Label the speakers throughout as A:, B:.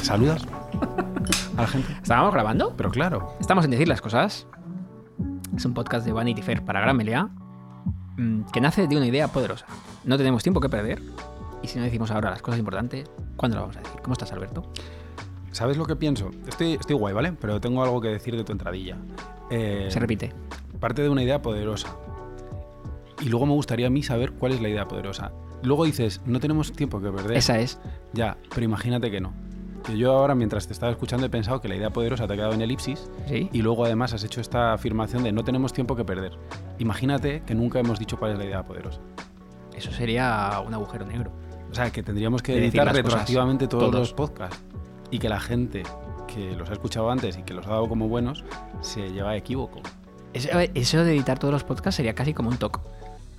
A: ¿Saludas a la gente?
B: ¿Estábamos grabando?
A: Pero claro.
B: Estamos en Decir las Cosas. Es un podcast de Vanity Fair para Gran Melea mm, que nace de una idea poderosa. No tenemos tiempo que perder y si no decimos ahora las cosas importantes, ¿cuándo lo vamos a decir? ¿Cómo estás, Alberto?
A: ¿Sabes lo que pienso? Estoy, estoy guay, ¿vale? Pero tengo algo que decir de tu entradilla. Eh,
B: Se repite.
A: Parte de una idea poderosa. Y luego me gustaría a mí saber cuál es la idea poderosa. Luego dices, no tenemos tiempo que perder.
B: Esa es.
A: Ya, pero imagínate que no. Que Yo ahora, mientras te estaba escuchando, he pensado que la idea poderosa te ha quedado en elipsis
B: ¿Sí?
A: y luego además has hecho esta afirmación de no tenemos tiempo que perder. Imagínate que nunca hemos dicho cuál es la idea poderosa.
B: Eso sería un agujero negro.
A: O sea, que tendríamos que
B: De decir
A: editar
B: las cosas.
A: retroactivamente todos,
B: Todos.
A: los podcasts y que la gente que los ha escuchado antes y que los ha dado como buenos se lleva a equívoco.
B: Eso, eso de editar todos los podcasts sería casi como un toque.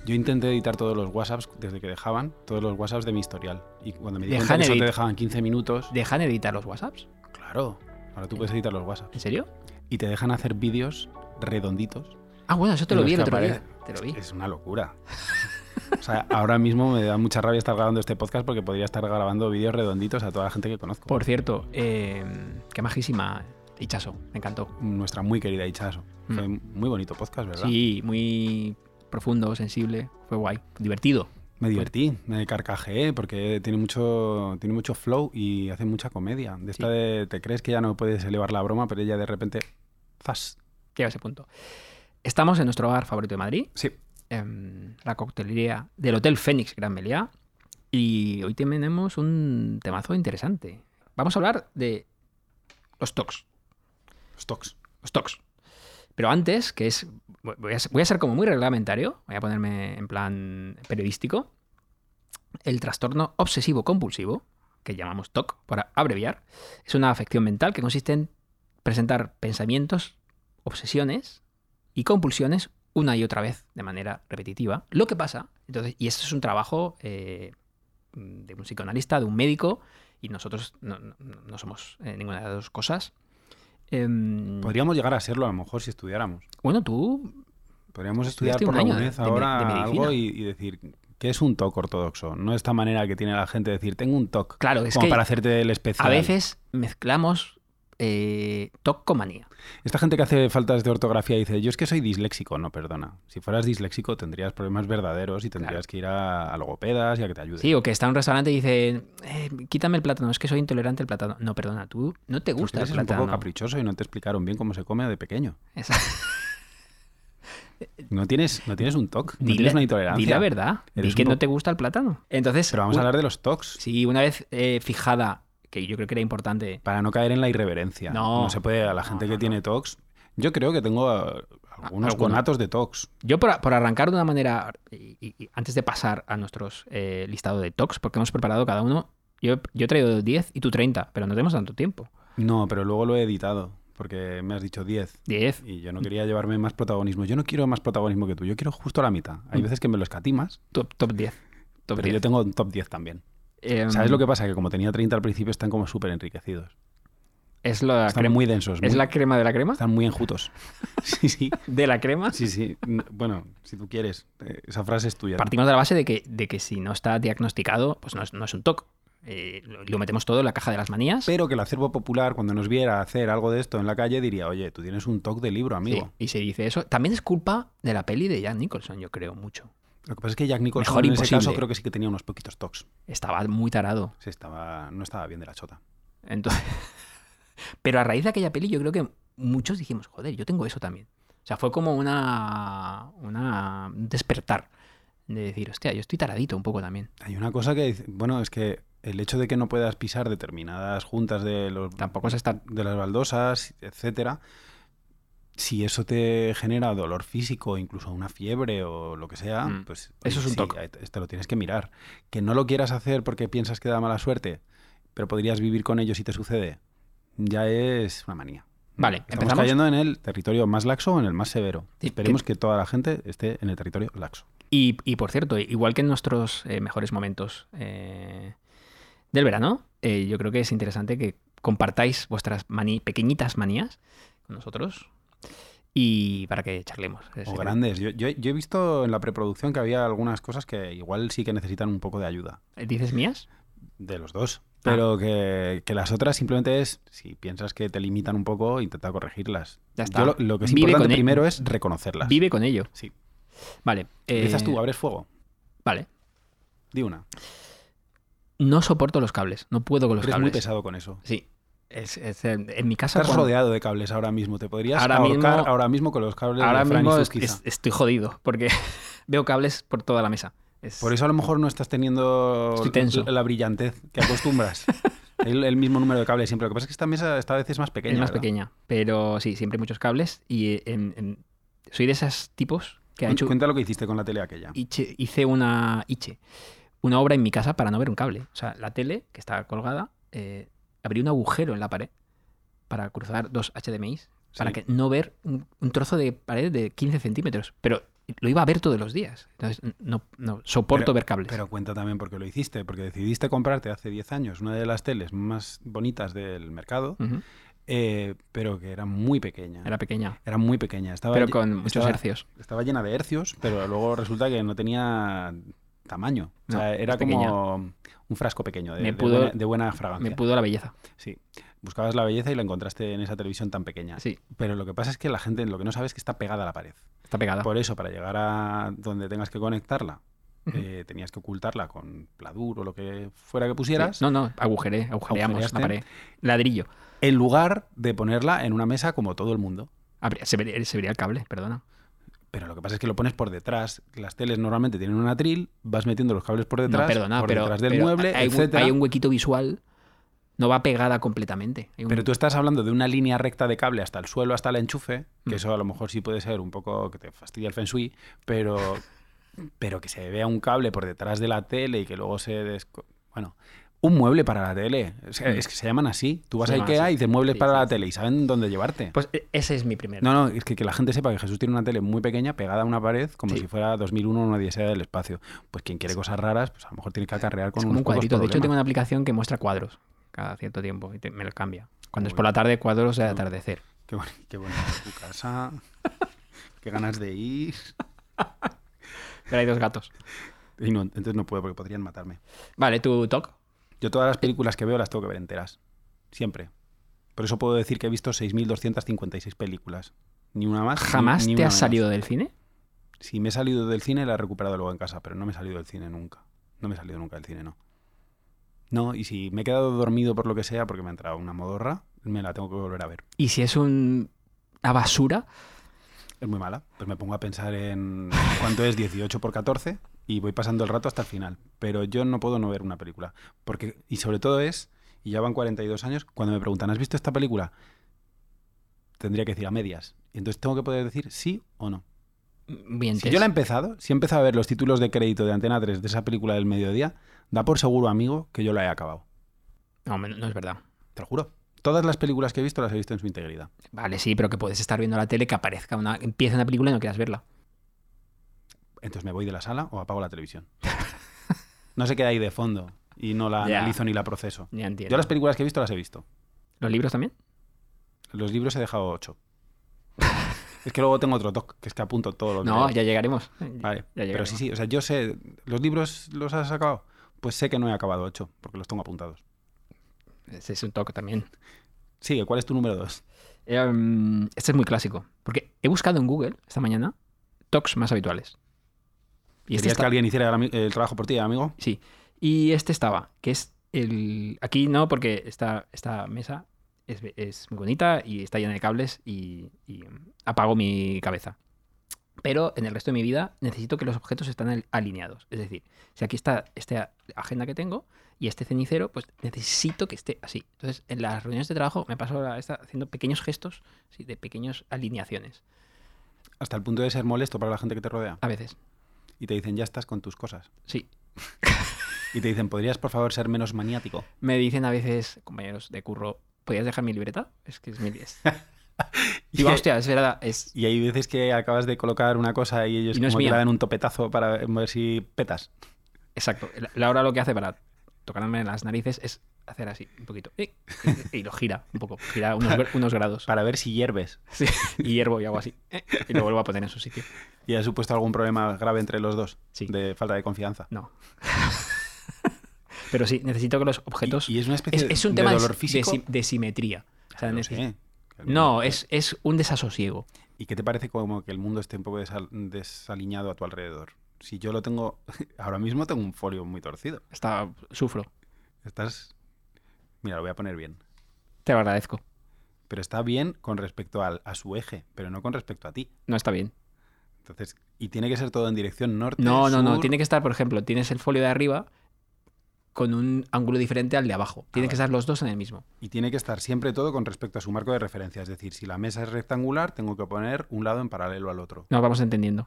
A: Yo intenté editar todos los WhatsApps desde que dejaban, todos los WhatsApps de mi historial. Y cuando me di
B: Dejan
A: cuenta que solo te
B: edit-
A: dejaban 15 minutos,
B: ¿Dejan editar los WhatsApps?
A: claro, ahora tú puedes editar los WhatsApps.
B: ¿En serio?
A: Y te dejan hacer vídeos redonditos.
B: Ah, bueno, eso te
A: en
B: lo
A: los
B: vi el
A: que
B: otro día.
A: aparece-
B: Te lo vi.
A: Es una locura. O sea, ahora mismo me da mucha rabia estar grabando este podcast porque podría estar grabando vídeos redonditos a toda la gente que conozco.
B: Por cierto, eh, qué majísima Hichaso, me encantó.
A: Nuestra muy querida Ichaso.
B: Mm.
A: Fue muy bonito podcast, ¿verdad?
B: Sí, muy profundo, sensible, fue guay, divertido.
A: Me divertí, me carcajeé porque tiene mucho, tiene mucho flow y hace mucha comedia. De esta
B: Sí.
A: de te crees que ya no puedes elevar la broma, pero ella de repente. ¡Zas!
B: Llega ese punto. Estamos en nuestro bar favorito de Madrid,
A: Sí.
B: en la coctelería del Hotel Fénix Gran Meliá, y hoy tenemos un temazo interesante. Vamos a hablar de los tocs,
A: Stocks.
B: los tocs. Pero antes, que es, voy a, ser- voy a ser como muy reglamentario, voy a ponerme en plan periodístico, el trastorno obsesivo compulsivo, que llamamos TOC para abreviar, es una afección mental que consiste en presentar pensamientos, obsesiones y compulsiones una y otra vez de manera repetitiva. Lo que pasa, entonces, y esto es un trabajo eh, de un psicoanalista, de un médico, y nosotros no, no- no somos eh, ninguna de las dos cosas. Em,
A: Podríamos llegar a serlo a lo mejor si estudiáramos.
B: bueno, tú.
A: Podríamos
B: Estudiaste
A: estudiar por
B: un
A: la
B: año de-
A: UNED
B: de me-
A: ahora
B: de medicina.
A: algo y, y decir, ¿qué es un TOC ortodoxo? No esta manera que tiene la gente de decir, tengo un TOC.
B: Claro, es
A: como
B: que
A: para hacerte el especial.
B: a veces mezclamos eh, toc con manía.
A: Esta gente que hace faltas de ortografía dice, yo es que soy disléxico. No, perdona. Si fueras disléxico tendrías problemas verdaderos y tendrías que ir a, a logopedas y a que te ayuden.
B: Sí, o que está en un restaurante y dice, "Eh, quítame el plátano, es que soy intolerante al plátano. No, perdona, tú no te gusta el
A: Eres un poco
B: plátano.
A: caprichoso y no te explicaron bien cómo se come de pequeño.
B: Esa-
A: No tienes, no tienes un TOC, no
B: Di
A: tienes
B: la-
A: una intolerancia.
B: Di la verdad, di
A: Eres
B: que
A: un
B: no
A: po-
B: te gusta el plátano. Entonces,
A: Pero vamos a
B: un-
A: hablar de los TOCs
B: sí, una vez eh, fijada, que yo creo que era importante,
A: para no caer en la irreverencia.
B: No.
A: se puede a la
B: No,
A: gente
B: no,
A: que
B: no.
A: tiene TOCs. Yo creo que tengo eh, algunos
B: alguno.
A: conatos de TOCs.
B: Yo por, por arrancar de una manera, y, y- y antes de pasar a nuestros eh, listado de talks, porque hemos preparado cada uno, yo, yo he traído 10 y tú 30, pero no tenemos tanto tiempo.
A: No, pero luego lo he editado porque me has dicho 10
B: 10.
A: y yo no quería llevarme más protagonismo. Yo no quiero más protagonismo que tú, yo quiero justo la mitad. Hay
B: Mm.
A: veces que me lo escatimas,
B: Top, top 10. Top
A: pero
B: 10.
A: yo tengo un top 10 también.
B: Em,
A: ¿Sabes lo que pasa? Que como tenía 30 al principio están como súper enriquecidos.
B: es la
A: Están
B: crema?
A: muy densos,
B: ¿Es
A: muy-
B: la crema de la crema?
A: están muy enjutos. Sí, sí.
B: ¿De la crema?
A: Sí, sí. N- Bueno, si tú quieres, eh, esa frase es tuya.
B: Partimos de la base de que, de que si no está diagnosticado, pues no es, no es un TOC. Eh, lo, lo metemos todo en la caja de las manías.
A: Pero que el acervo popular, cuando nos viera hacer algo de esto en la calle, diría, oye, tú tienes un toque de libro,
B: Sí,
A: amigo.
B: y se dice eso. También es culpa de la peli de Jack Nicholson, yo creo, mucho.
A: Lo que pasa es que Jack Nicholson
B: Mejor
A: en
B: imposible.
A: ese caso creo que sí que tenía unos poquitos tocs.
B: Estaba muy tarado.
A: Se estaba, no estaba bien de la chota.
B: Entonces... Pero a raíz de aquella peli, yo creo que muchos dijimos, joder, yo tengo eso también. O sea, fue como una, una un despertar de decir, hostia, yo estoy taradito un poco también.
A: Hay una cosa que, dice- bueno, es que el hecho de que no puedas pisar determinadas juntas de, los,
B: Tampoco se está
A: de las baldosas, etcétera, si eso te genera dolor físico, incluso una fiebre o lo que sea,
B: Mm.
A: pues
B: Eso es un
A: sí,
B: toc.
A: ahí te- te lo tienes que mirar. Que no lo quieras hacer porque piensas que da mala suerte, pero podrías vivir con ello si te sucede, ya es una manía.
B: Vale,
A: Estamos
B: empezamos.
A: cayendo en el territorio más laxo o en el más severo.
B: Sí,
A: Esperemos que toda la gente esté en el territorio laxo.
B: Y, y, por cierto, igual que en nuestros eh, mejores momentos eh, del verano, eh, yo creo que es interesante que compartáis vuestras mani- pequeñitas manías con nosotros y para que charlemos. Es-
A: O grandes. Yo, yo- yo he visto en la preproducción que había algunas cosas que igual sí que necesitan un poco de ayuda.
B: ¿Dices eh, mías? Ah.
A: De los dos. Pero que, que las otras simplemente es, si piensas que te limitan un poco, intenta corregirlas.
B: Ya está.
A: Yo lo, lo que es
B: Vive
A: importante
B: con el-
A: primero es reconocerlas.
B: Vive con ello.
A: Sí.
B: Vale. eh,
A: Empiezas tú, abres fuego.
B: Vale.
A: Di una.
B: No soporto los cables. No puedo con los
A: Eres muy
B: cables.
A: pesado con eso.
B: Sí. Es, es, en en mi casa.
A: Estás
B: cuando-
A: rodeado de cables ahora mismo. Te podrías
B: Ahora
A: ahorcar
B: mismo-
A: ahora mismo con los cables
B: Ahora
A: de Fran y
B: mismo es-
A: Zuzquiza.
B: es- estoy jodido porque veo cables por toda la mesa. Es-
A: Por eso a lo mejor no estás teniendo
B: Estoy tenso.
A: la brillantez que acostumbras. el, el mismo número de cables siempre. Lo que pasa es que esta mesa esta vez es más pequeña.
B: es más
A: ¿verdad?
B: pequeña. Pero sí, siempre muchos cables. Y eh, en- en- soy de esos tipos que ha
A: Cu-
B: hecho.
A: Cuenta lo que hiciste con la tele aquella.
B: hiche- hice una hiche, una obra en mi casa para no ver un cable. O sea, la tele que está colgada, eh, abrí un agujero en la pared para cruzar dos HDMIs para
A: Sí.
B: que no ver un, un trozo de pared de 15 centímetros. Pero lo iba a ver todos los días. Entonces, n- no, no soporto
A: Pero-
B: ver cables.
A: Pero cuenta también por qué lo hiciste, porque decidiste comprarte hace 10 años una de las teles más bonitas del mercado,
B: Ujú.
A: eh, pero que era muy pequeña.
B: Mm. Era pequeña,
A: Era muy pequeña. Estaba
B: pero
A: lle-
B: con muchos
A: estaba-
B: hercios.
A: Estaba llena de hercios, pero luego resulta que no tenía tamaño. O
B: No,
A: sea, era
B: es pequeña.
A: como un frasco pequeño de,
B: Me
A: de
B: pudo-
A: buena, de buena fragancia.
B: Me pudo la belleza.
A: Sí. Buscabas la belleza y la encontraste en esa televisión tan pequeña.
B: Sí,
A: Pero lo que pasa es que la gente lo que no sabe es que está pegada a la pared.
B: está pegada.
A: Por eso, para llegar a donde tengas que conectarla,
B: Ujú.
A: eh, tenías que ocultarla con pladur o lo que fuera que
B: Sí.
A: pusieras,
B: No, no, agujeré, agujereamos la
A: Agujereaste.
B: pared. Ladrillo.
A: en lugar de ponerla en una mesa como todo el mundo.
B: Habría- Se vería, se vería el cable, perdona.
A: Pero lo que pasa es que lo pones por detrás. Las teles normalmente tienen un atril, vas metiendo los cables por detrás,
B: no, perdona,
A: por
B: pero,
A: detrás del
B: pero
A: mueble,
B: hay, un-
A: etcétera.
B: hay un huequito visual, no va pegada completamente. Hay un-
A: Pero tú estás hablando de una línea recta de cable hasta el suelo, hasta el enchufe, que
B: Mm.
A: eso a lo mejor sí puede ser un poco que te fastidia el feng shui, pero, pero que se vea un cable por detrás de la tele y que luego se... desco- Bueno, un mueble para la tele. O sea,
B: Mm.
A: Es que se llaman así. Tú vas
B: Se
A: a
B: llaman
A: Ikea
B: así.
A: y dices muebles
B: Sí,
A: para
B: sí,
A: la
B: sí.
A: tele y saben dónde llevarte.
B: Pues e- ese es mi primer.
A: no, no, es que, que la gente sepa que Jesús tiene una tele muy pequeña pegada a una pared como
B: Sí.
A: si fuera 2001 una diésea del espacio. Pues quien quiere cosas raras, pues a lo mejor tiene que acarrear con
B: es como
A: unos
B: un
A: pocos
B: cuadrito. De hecho,
A: problemas.
B: tengo una aplicación que muestra cuadros cada cierto tiempo y te- me lo cambia. Cuando
A: Muy Mm.
B: es por la tarde, cuadros del atardecer.
A: Qué, boni- qué bonita es tu casa. qué ganas de ir.
B: Pero hay dos gatos.
A: Y no, entonces no puedo porque podrían matarme.
B: Vale, tu toc.
A: Yo todas las películas que veo las tengo que ver enteras. Siempre. Por eso puedo decir que he visto 6.256 películas. Ni una más. ni-
B: ¿Jamás
A: ni
B: te
A: una
B: has
A: menos.
B: salido del cine?
A: Si me he salido del cine, la he recuperado luego en casa, pero no me he salido del cine nunca. No me he salido nunca del cine, no. No, y si me he quedado dormido por lo que sea, porque me ha entrado una modorra, me la tengo que volver a ver.
B: Y si es un- una basura,
A: Es muy mala. Pues me pongo a pensar en cuánto es 18 por 14 y voy pasando el rato hasta el final. Pero yo no puedo no ver una película. Porque, y sobre todo es, y ya van 42 años, cuando me preguntan, ¿has visto esta película? Tendría que decir a medias. Y entonces tengo que poder decir sí o no.
B: mientes.
A: Si yo la em- he empezado, si he empezado a ver los títulos de crédito de Antena 3 de esa película del mediodía, da por seguro, amigo, que yo la he acabado.
B: No, hombre, no es verdad.
A: Te lo juro. Todas las películas que he visto las he visto en su integridad.
B: Vale, sí, pero que puedes estar viendo la tele, que aparezca una... Empieza una película y no quieras verla.
A: entonces me voy de la sala o apago la televisión. No se queda ahí de fondo y no la
B: Ya.
A: analizo ni la proceso.
B: Ya entiendo.
A: Yo las películas que he visto las he visto.
B: ¿Los libros también?
A: Los libros he dejado ocho. es que luego tengo otro toque, que es que apunto todo lo que
B: No,
A: leo.
B: ya llegaremos.
A: Vale,
B: ya
A: Pero
B: llegaremos.
A: sí, sí, o sea, yo sé, ¿los libros los has acabado? Pues sé que no he acabado ocho, porque los tengo apuntados.
B: Ese es un toque también.
A: Sigue, ¿cuál es tu número dos?
B: Em, este es muy clásico. Porque he buscado en Google esta mañana tocs más habituales. Y este,
A: ¿Querías
B: esta-
A: que alguien hiciera el, ami- el trabajo por ti, amigo?
B: sí. y este estaba, que es el. Aquí no, porque esta, esta mesa es, be- es muy bonita y está llena de cables y, y apago mi cabeza. Pero en el resto de mi vida necesito que los objetos estén al- alineados. Es decir, si aquí está esta agenda que tengo y este cenicero, pues necesito que esté así. Entonces, en las reuniones de trabajo me paso la esta haciendo pequeños gestos sí, de pequeñas alineaciones.
A: Hasta el punto de ser molesto para la gente que te rodea.
B: A veces,
A: Y te dicen, ya estás con tus cosas.
B: sí.
A: Y te dicen, ¿podrías por favor ser menos maniático?
B: Me dicen a veces, compañeros de curro, ¿podías dejar mi libreta? Es que es mi... es-". Digo, hostia, es verdad, es...
A: Y hay veces que acabas de colocar una cosa y ellos
B: Y no es
A: como que
B: mía.
A: le dan un topetazo para ver si petas.
B: Exacto. La- Laura lo que hace para tocarme las narices es hacer así, un poquito. Y, y lo gira un poco, gira unos, gra- unos grados.
A: Para ver si hierves.
B: Sí, Y hiervo y hago así. eh, Y lo vuelvo a poner en su sitio.
A: ¿Y ha supuesto algún problema grave entre los dos?
B: Sí.
A: De falta de confianza.
B: No. Pero sí, necesito que los objetos.
A: Y, y es una especie
B: es, es un
A: de
B: tema de-
A: dolor físico.
B: De, si- de simetría. O sea,
A: Lo sé,
B: neces-
A: que alguna
B: No,
A: vez-
B: es, es un desasosiego.
A: ¿Y qué te parece como que el mundo esté un poco desal- desaliñado a tu alrededor? Si yo lo tengo, ahora mismo tengo un folio muy torcido.
B: Está, sufro.
A: Estás, mira, lo voy a poner bien.
B: Te lo agradezco.
A: Pero está bien con respecto al, a su eje, pero no con respecto a ti.
B: No está bien.
A: Entonces, y tiene que ser todo en dirección norte.
B: No, no, no.
A: sur.
B: Tiene que estar, por ejemplo, tienes el folio de arriba con un ángulo diferente al de abajo. Tienen
A: Ah,
B: que estar los dos en el mismo.
A: Y tiene que estar siempre todo con respecto a su marco de referencia. Es decir, si la mesa es rectangular, tengo que poner un lado en paralelo al otro.
B: Nos vamos entendiendo.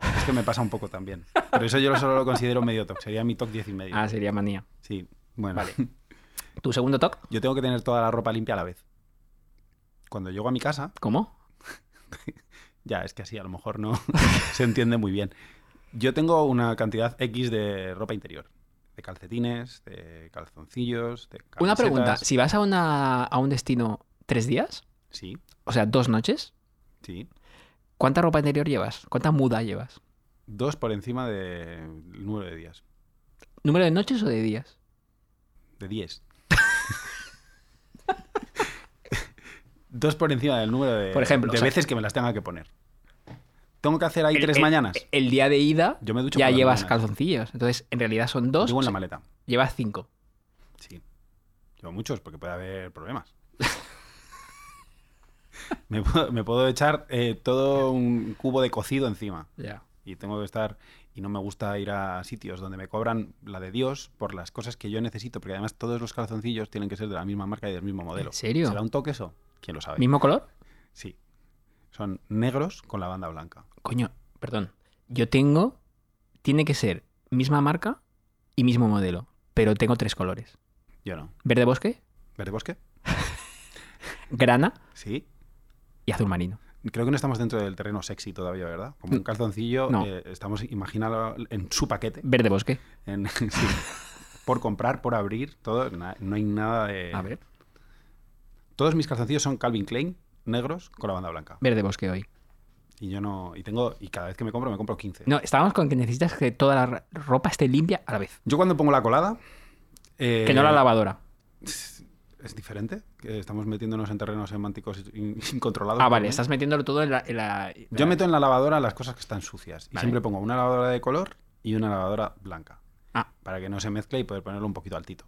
A: Es que me pasa un poco también. Pero eso yo solo lo considero medio toc. Sería mi toc 10 y medio.
B: Ah, sería manía.
A: Sí, bueno.
B: Vale. ¿Tu segundo toque?
A: Yo tengo que tener toda la ropa limpia a la vez. Cuando llego a mi casa,
B: ¿Cómo?
A: ya es que así a lo mejor no se entiende muy bien. Yo tengo una cantidad X de ropa interior. De calcetines, de calzoncillos, de
B: Una
A: camisetas.
B: pregunta. Si vas a, una, a un destino tres días,
A: Sí,
B: o sea, dos noches,
A: sí.
B: ¿cuánta ropa interior llevas? ¿Cuánta muda llevas?
A: Dos por encima del número de días.
B: ¿Número de noches o de días?
A: De 10. Dos por encima del número de,
B: Por ejemplo,
A: de
B: o sea-
A: veces que me las tenga que poner. Tengo que hacer ahí
B: El-
A: tres
B: el-
A: mañanas.
B: El día de ida
A: Yo me ducho
B: ya
A: por las
B: llevas
A: mañanas.
B: calzoncillos. Entonces, en realidad son dos.
A: Llevo en la
B: o sea,
A: maleta.
B: llevas cinco.
A: Sí. Llevo muchos porque puede haber problemas. me, puedo, me puedo echar eh, todo un cubo de cocido encima.
B: Ya.
A: Y tengo que estar. Y no me gusta ir a sitios donde me cobran la de Dios por las cosas que yo necesito. Porque además todos los calzoncillos tienen que ser de la misma marca y del mismo modelo.
B: ¿En serio?
A: ¿Será un toque eso? ¿Quién lo sabe?
B: ¿Mismo color?
A: Sí. Son negros con la banda blanca.
B: Coño, perdón. Yo tengo. Tiene que ser misma marca y mismo modelo. Pero tengo tres colores:
A: Yo no.
B: verde bosque,
A: ¿Verde bosque?
B: grana
A: Sí.
B: y azul marino.
A: Creo que no estamos dentro del terreno sexy todavía, ¿verdad? Como un calzoncillo,
B: Mm. No.
A: eh, estamos, imagínalo, en su paquete.
B: Verde bosque.
A: En- sí. Por comprar, por abrir, todo, na- no hay nada de...
B: A ver.
A: Todos mis calzoncillos son Calvin Klein, negros, con la banda blanca.
B: Verde bosque hoy.
A: Y yo no... Y tengo... Y cada vez que me compro, me compro 15.
B: No, estábamos con que necesitas que toda la ra- ropa esté limpia a la vez.
A: Yo cuando pongo la colada... eh,
B: Que no la lavadora.
A: Es diferente. que estamos metiéndonos en terrenos semánticos in- incontrolados.
B: Ah, vale,
A: ¿no?
B: estás metiéndolo todo en la. en la- en
A: Yo
B: la-
A: meto en la lavadora las cosas que están sucias. Y
B: Vale.
A: siempre pongo una lavadora de color y una lavadora blanca.
B: Ah.
A: Para que no se mezcle y poder ponerlo un poquito altito.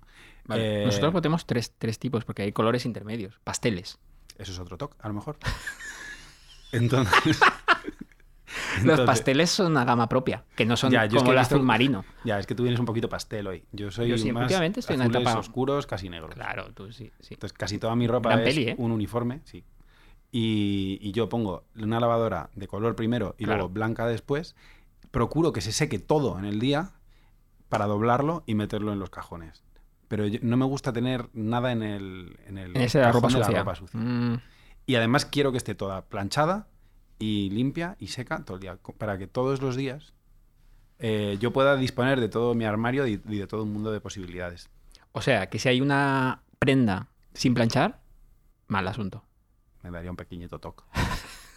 B: Vale.
A: Eh,
B: Nosotros pues tenemos tres, tres tipos, porque hay colores intermedios, pasteles.
A: Eso es otro toque, a lo mejor. Entonces.
B: Los
A: Entonces-
B: pasteles son una gama propia, que no son
A: Ya, yo es que
B: como
A: he
B: el
A: visto-
B: azul marino.
A: Ya, es que tú vienes un poquito pastel hoy. Yo soy
B: Yo sí,
A: más
B: últimamente estoy en una
A: azules
B: etapa-
A: oscuros, casi negros.
B: Claro, tú sí, sí.
A: Entonces, casi toda mi ropa
B: Gran
A: es
B: peli, ¿eh?
A: un uniforme, sí. Y, y yo pongo una lavadora de color primero y
B: Claro.
A: luego blanca después. Procuro que se seque todo en el día para doblarlo y meterlo en los cajones. Pero yo- no me gusta tener nada en el, en el
B: Ese de la
A: cajón
B: ropa
A: de
B: sucia.
A: ropa sucia.
B: Mm,
A: Y además quiero que esté toda planchada y limpia y seca todo el día, co- para que todos los días eh, yo pueda disponer de todo mi armario y, y de todo un mundo de posibilidades.
B: o sea, que si hay una prenda sin planchar, mal asunto.
A: Me daría un pequeñito toque.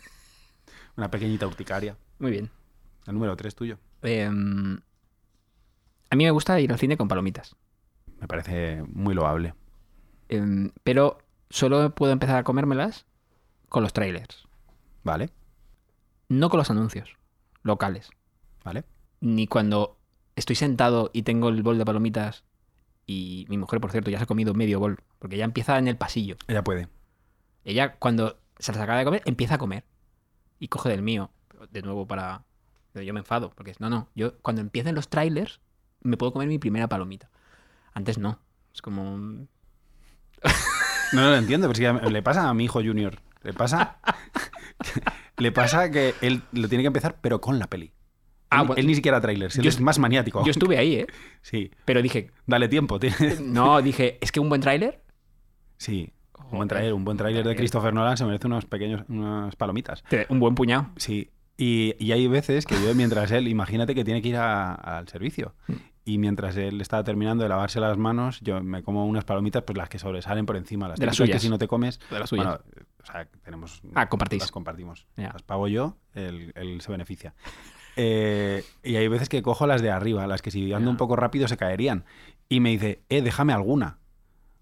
A: Una pequeñita urticaria.
B: Muy bien.
A: El número 3 tuyo.
B: Eh, a mí me gusta ir al cine con palomitas,
A: Me parece muy loable.
B: Eh, pero solo puedo empezar a comérmelas con los trailers,
A: Vale,
B: no con los anuncios locales.
A: vale.
B: ni cuando estoy sentado y tengo el bol de palomitas y mi mujer, por cierto, ya se ha comido medio bol, porque ella empieza en el pasillo.
A: Ella puede.
B: Ella cuando se las acaba de comer, empieza a comer y coge del mío, Pero de nuevo para... pero Yo me enfado, porque es, no, no, yo cuando empiecen los trailers me puedo comer mi primera palomita. Antes no, es como... un-
A: No, no lo entiendo, pero es que a- le pasa a mi hijo Junior. Le pasa. le pasa que él lo tiene que empezar, pero con la peli.
B: Ah,
A: él,
B: bueno.
A: él ni siquiera trailers, él
B: Yo
A: es
B: est-
A: más maniático.
B: Yo estuve ahí, ¿eh?
A: Sí,
B: Pero dije,
A: dale tiempo. tiene-
B: no, dije, es que un buen trailer...
A: Sí. Un
B: Joder.
A: buen trailer, un buen tráiler de
B: Joder.
A: Christopher Nolan se merece unos pequeños, unas palomitas.
B: te- Un buen puñado.
A: Sí. Y, y hay veces que yo, mientras él, imagínate que tiene que ir a- al servicio.
B: Mm.
A: Y mientras él está terminando de lavarse las manos, yo me como unas palomitas, pues las que sobresalen por encima. Las
B: De las
A: típicas
B: suyas.
A: que si no te comes.
B: De las suyas.
A: Bueno, eh, o sea, tenemos.
B: Ah, compartís.
A: Las compartimos.
B: Ya.
A: Las pago yo, él, él se beneficia. Eh, y hay veces que cojo las de arriba, las que si ando
B: Ya.
A: un poco rápido se caerían. Y me dice, eh, déjame alguna.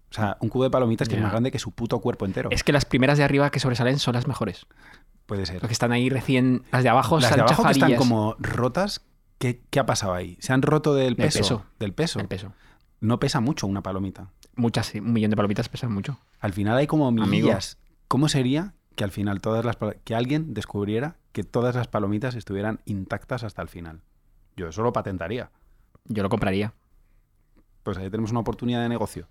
A: O sea, un cubo de palomitas que
B: Ya.
A: es más grande que su puto cuerpo entero.
B: Es que las primeras de arriba que sobresalen son las mejores.
A: Puede ser.
B: Las que están ahí recién. Las de abajo,
A: Las de
B: están
A: abajo que están
B: chafarillas.
A: como rotas, ¿qué, qué ha pasado ahí? ¿Se han roto del
B: Del
A: peso?
B: peso.
A: Del peso.
B: El peso.
A: No pesa mucho una palomita.
B: Muchas, sí, un millón de palomitas pesan mucho.
A: Al final hay como
B: Amigo.
A: millas. ¿Cómo sería que al final todas las palo- que alguien descubriera que todas las palomitas estuvieran intactas hasta el final? Yo eso lo patentaría.
B: Yo lo compraría.
A: Pues ahí tenemos una oportunidad de negocio.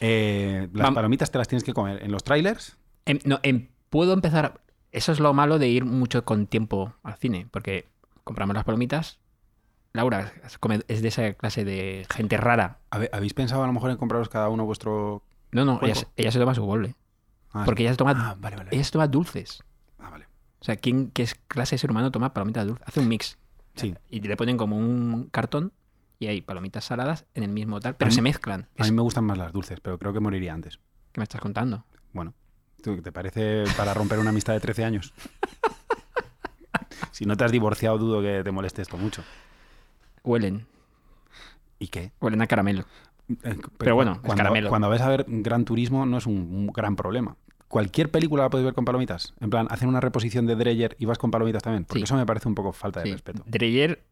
A: Eh, las
B: Vam-
A: palomitas te las tienes que comer en los trailers.
B: Em, no, em, puedo empezar. Eso es lo malo de ir mucho con tiempo al cine, porque compramos las palomitas. Laura es come- es de esa clase de gente rara.
A: Habe- ¿Habéis pensado a lo mejor en compraros cada uno vuestro...
B: No, no, ella,
A: Cuerpo.
B: se- ella se toma su bol, ¿eh?
A: Ah,
B: Porque ella se toma,
A: Ah, vale, vale.
B: ella se toma dulces.
A: Ah, vale.
B: O sea, ¿quién, ¿qué es- clase de ser humano toma palomitas dulces? Hace un mix.
A: Sí.
B: Y le ponen como un cartón y hay palomitas saladas en el mismo tal, pero
A: A mí-
B: se mezclan.
A: A mí
B: Es-
A: me gustan más las dulces, pero creo que moriría antes.
B: ¿Qué me estás contando?
A: Bueno, ¿tú- ¿te parece para romper una amistad de 13 años? si no te has divorciado, dudo que te moleste esto mucho.
B: Huelen.
A: ¿Y qué?
B: Huelen a caramelo.
A: Eh,
B: Pero bueno, es
A: cuando,
B: caramelo.
A: cuando ves a ver Gran Turismo no es un, un gran problema. Cualquier película la puedes ver con palomitas. En plan, hacen una reposición de Dreyer y vas con palomitas también. Porque
B: Sí.
A: eso me parece un poco falta de
B: Sí.
A: respeto.
B: Dreyer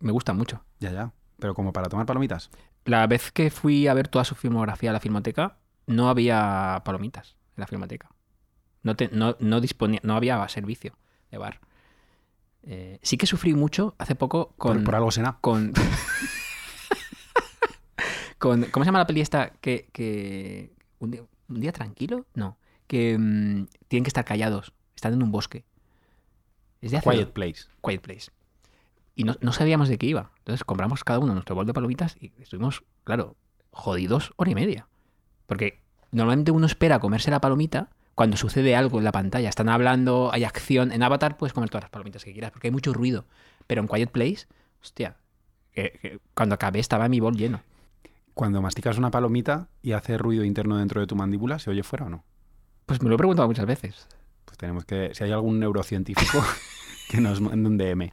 B: me gusta mucho.
A: Ya, ya. Pero como para tomar palomitas.
B: La vez que fui a ver toda su filmografía a la filmoteca, no había palomitas en la filmoteca. No, te- no, no disponía, no había servicio de bar. Eh, sí que sufrí mucho hace poco
A: Por,
B: con.
A: por algo será.
B: con, con- ¿Cómo se llama la peli esta? Que. que- un, día, un día tranquilo? No. Que mm, tienen que estar callados. Están en un bosque. Es de hace
A: Quiet Place.
B: Quiet Place. Y no, no sabíamos de qué iba. Entonces compramos cada uno nuestro bol de palomitas y estuvimos, claro, jodidos hora y media. Porque normalmente uno espera comerse la palomita cuando sucede algo en la pantalla. Están hablando, hay acción. En Avatar puedes comer todas las palomitas que quieras porque hay mucho ruido. Pero en Quiet Place, hostia, que- que cuando acabé estaba mi bol lleno.
A: Cuando masticas una palomita y hace ruido interno dentro de tu mandíbula, ¿se oye fuera o no?
B: Pues me lo he preguntado muchas veces.
A: Pues tenemos que. Si hay algún neurocientífico que nos mande un DM.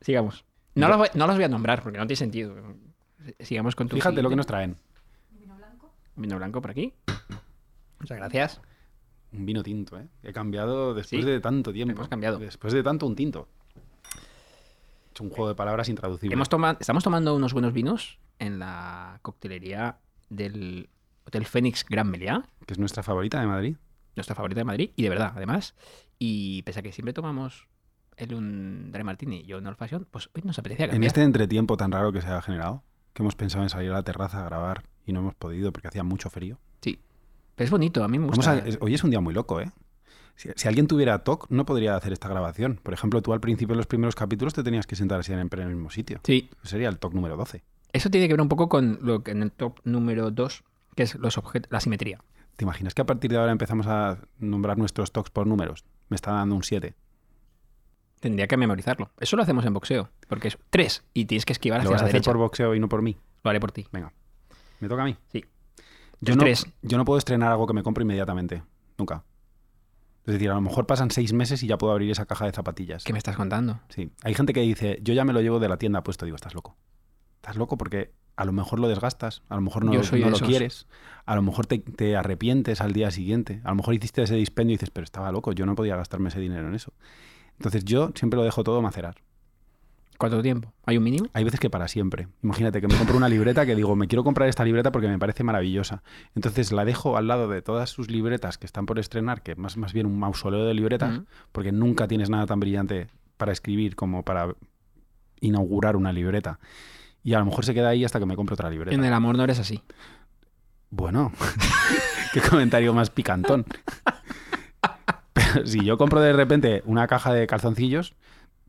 B: Sigamos. No los, voy, no los voy a nombrar porque no tiene sentido. Sigamos con tu.
A: Fíjate lo que nos
B: siguiente.
A: traen.
B: Vino blanco por aquí. Muchas gracias.
A: Un vino tinto, ¿eh? He cambiado después
B: Sí,
A: de tanto tiempo.
B: hemos cambiado.
A: Después de tanto un tinto. Es un juego de palabras intraducible.
B: Hemos toma- estamos tomando unos buenos vinos en la coctelería del Hotel Fénix Gran Meliá,
A: Que es nuestra favorita de Madrid.
B: nuestra favorita de Madrid, y de verdad, además. Y pese a que siempre tomamos él un Dry Martini y yo un Old Fashion, pues hoy nos apetecía
A: En
B: cambiar.
A: este entretiempo tan raro que se ha generado, que hemos pensado en salir a la terraza a grabar y no hemos podido porque hacía mucho frío.
B: Sí. Pero es bonito, a mí me
A: Vamos
B: gusta.
A: a- es- hoy es un día muy loco, ¿eh? Si, si alguien tuviera TOC, no podría hacer esta grabación. Por ejemplo, tú al principio de los primeros capítulos te tenías que sentar siempre en el mismo sitio.
B: Sí,
A: Sería el TOC número 12.
B: eso tiene que ver un poco con lo que en el top número 2, que es los objetos, la simetría.
A: ¿Te imaginas que a partir de ahora empezamos a nombrar nuestros TOCs por números? Me está dando un 7.
B: Tendría que memorizarlo. Eso lo hacemos en boxeo, porque es 3 y tienes que esquivar
A: Lo
B: hacia
A: vas
B: la
A: a hacer
B: derecha.
A: por boxeo y no por mí.
B: Lo haré por ti.
A: Venga, me toca a mí.
B: Sí.
A: Yo
B: El
A: no,
B: tres.
A: yo no puedo estrenar algo que me compro inmediatamente. Nunca. Es decir, a lo mejor pasan seis meses y ya puedo abrir esa caja de zapatillas.
B: ¿Qué me estás contando?
A: Sí. Hay gente que dice, yo ya me lo llevo de la tienda puesto. Digo, estás loco. Estás loco porque a lo mejor lo desgastas, a lo mejor no,
B: Yo soy
A: no
B: de
A: lo
B: esos.
A: quieres, a lo mejor te, te arrepientes al día siguiente, a lo mejor hiciste ese dispendio y dices, pero estaba loco, yo no podía gastarme ese dinero en eso. Entonces yo siempre lo dejo todo macerar.
B: ¿Cuánto tiempo? ¿Hay un mínimo?
A: Hay veces que para siempre. Imagínate que me compro una libreta que digo, me quiero comprar esta libreta porque me parece maravillosa. Entonces la dejo al lado de todas sus libretas que están por estrenar, que más, más bien un mausoleo de libretas,
B: Ujú.
A: porque nunca tienes nada tan brillante para escribir como para inaugurar una libreta. Y a lo mejor se queda ahí hasta que me compro otra libreta.
B: En el amor no eres así.
A: Bueno, qué comentario más picantón. Pero si yo compro de repente una caja de calzoncillos,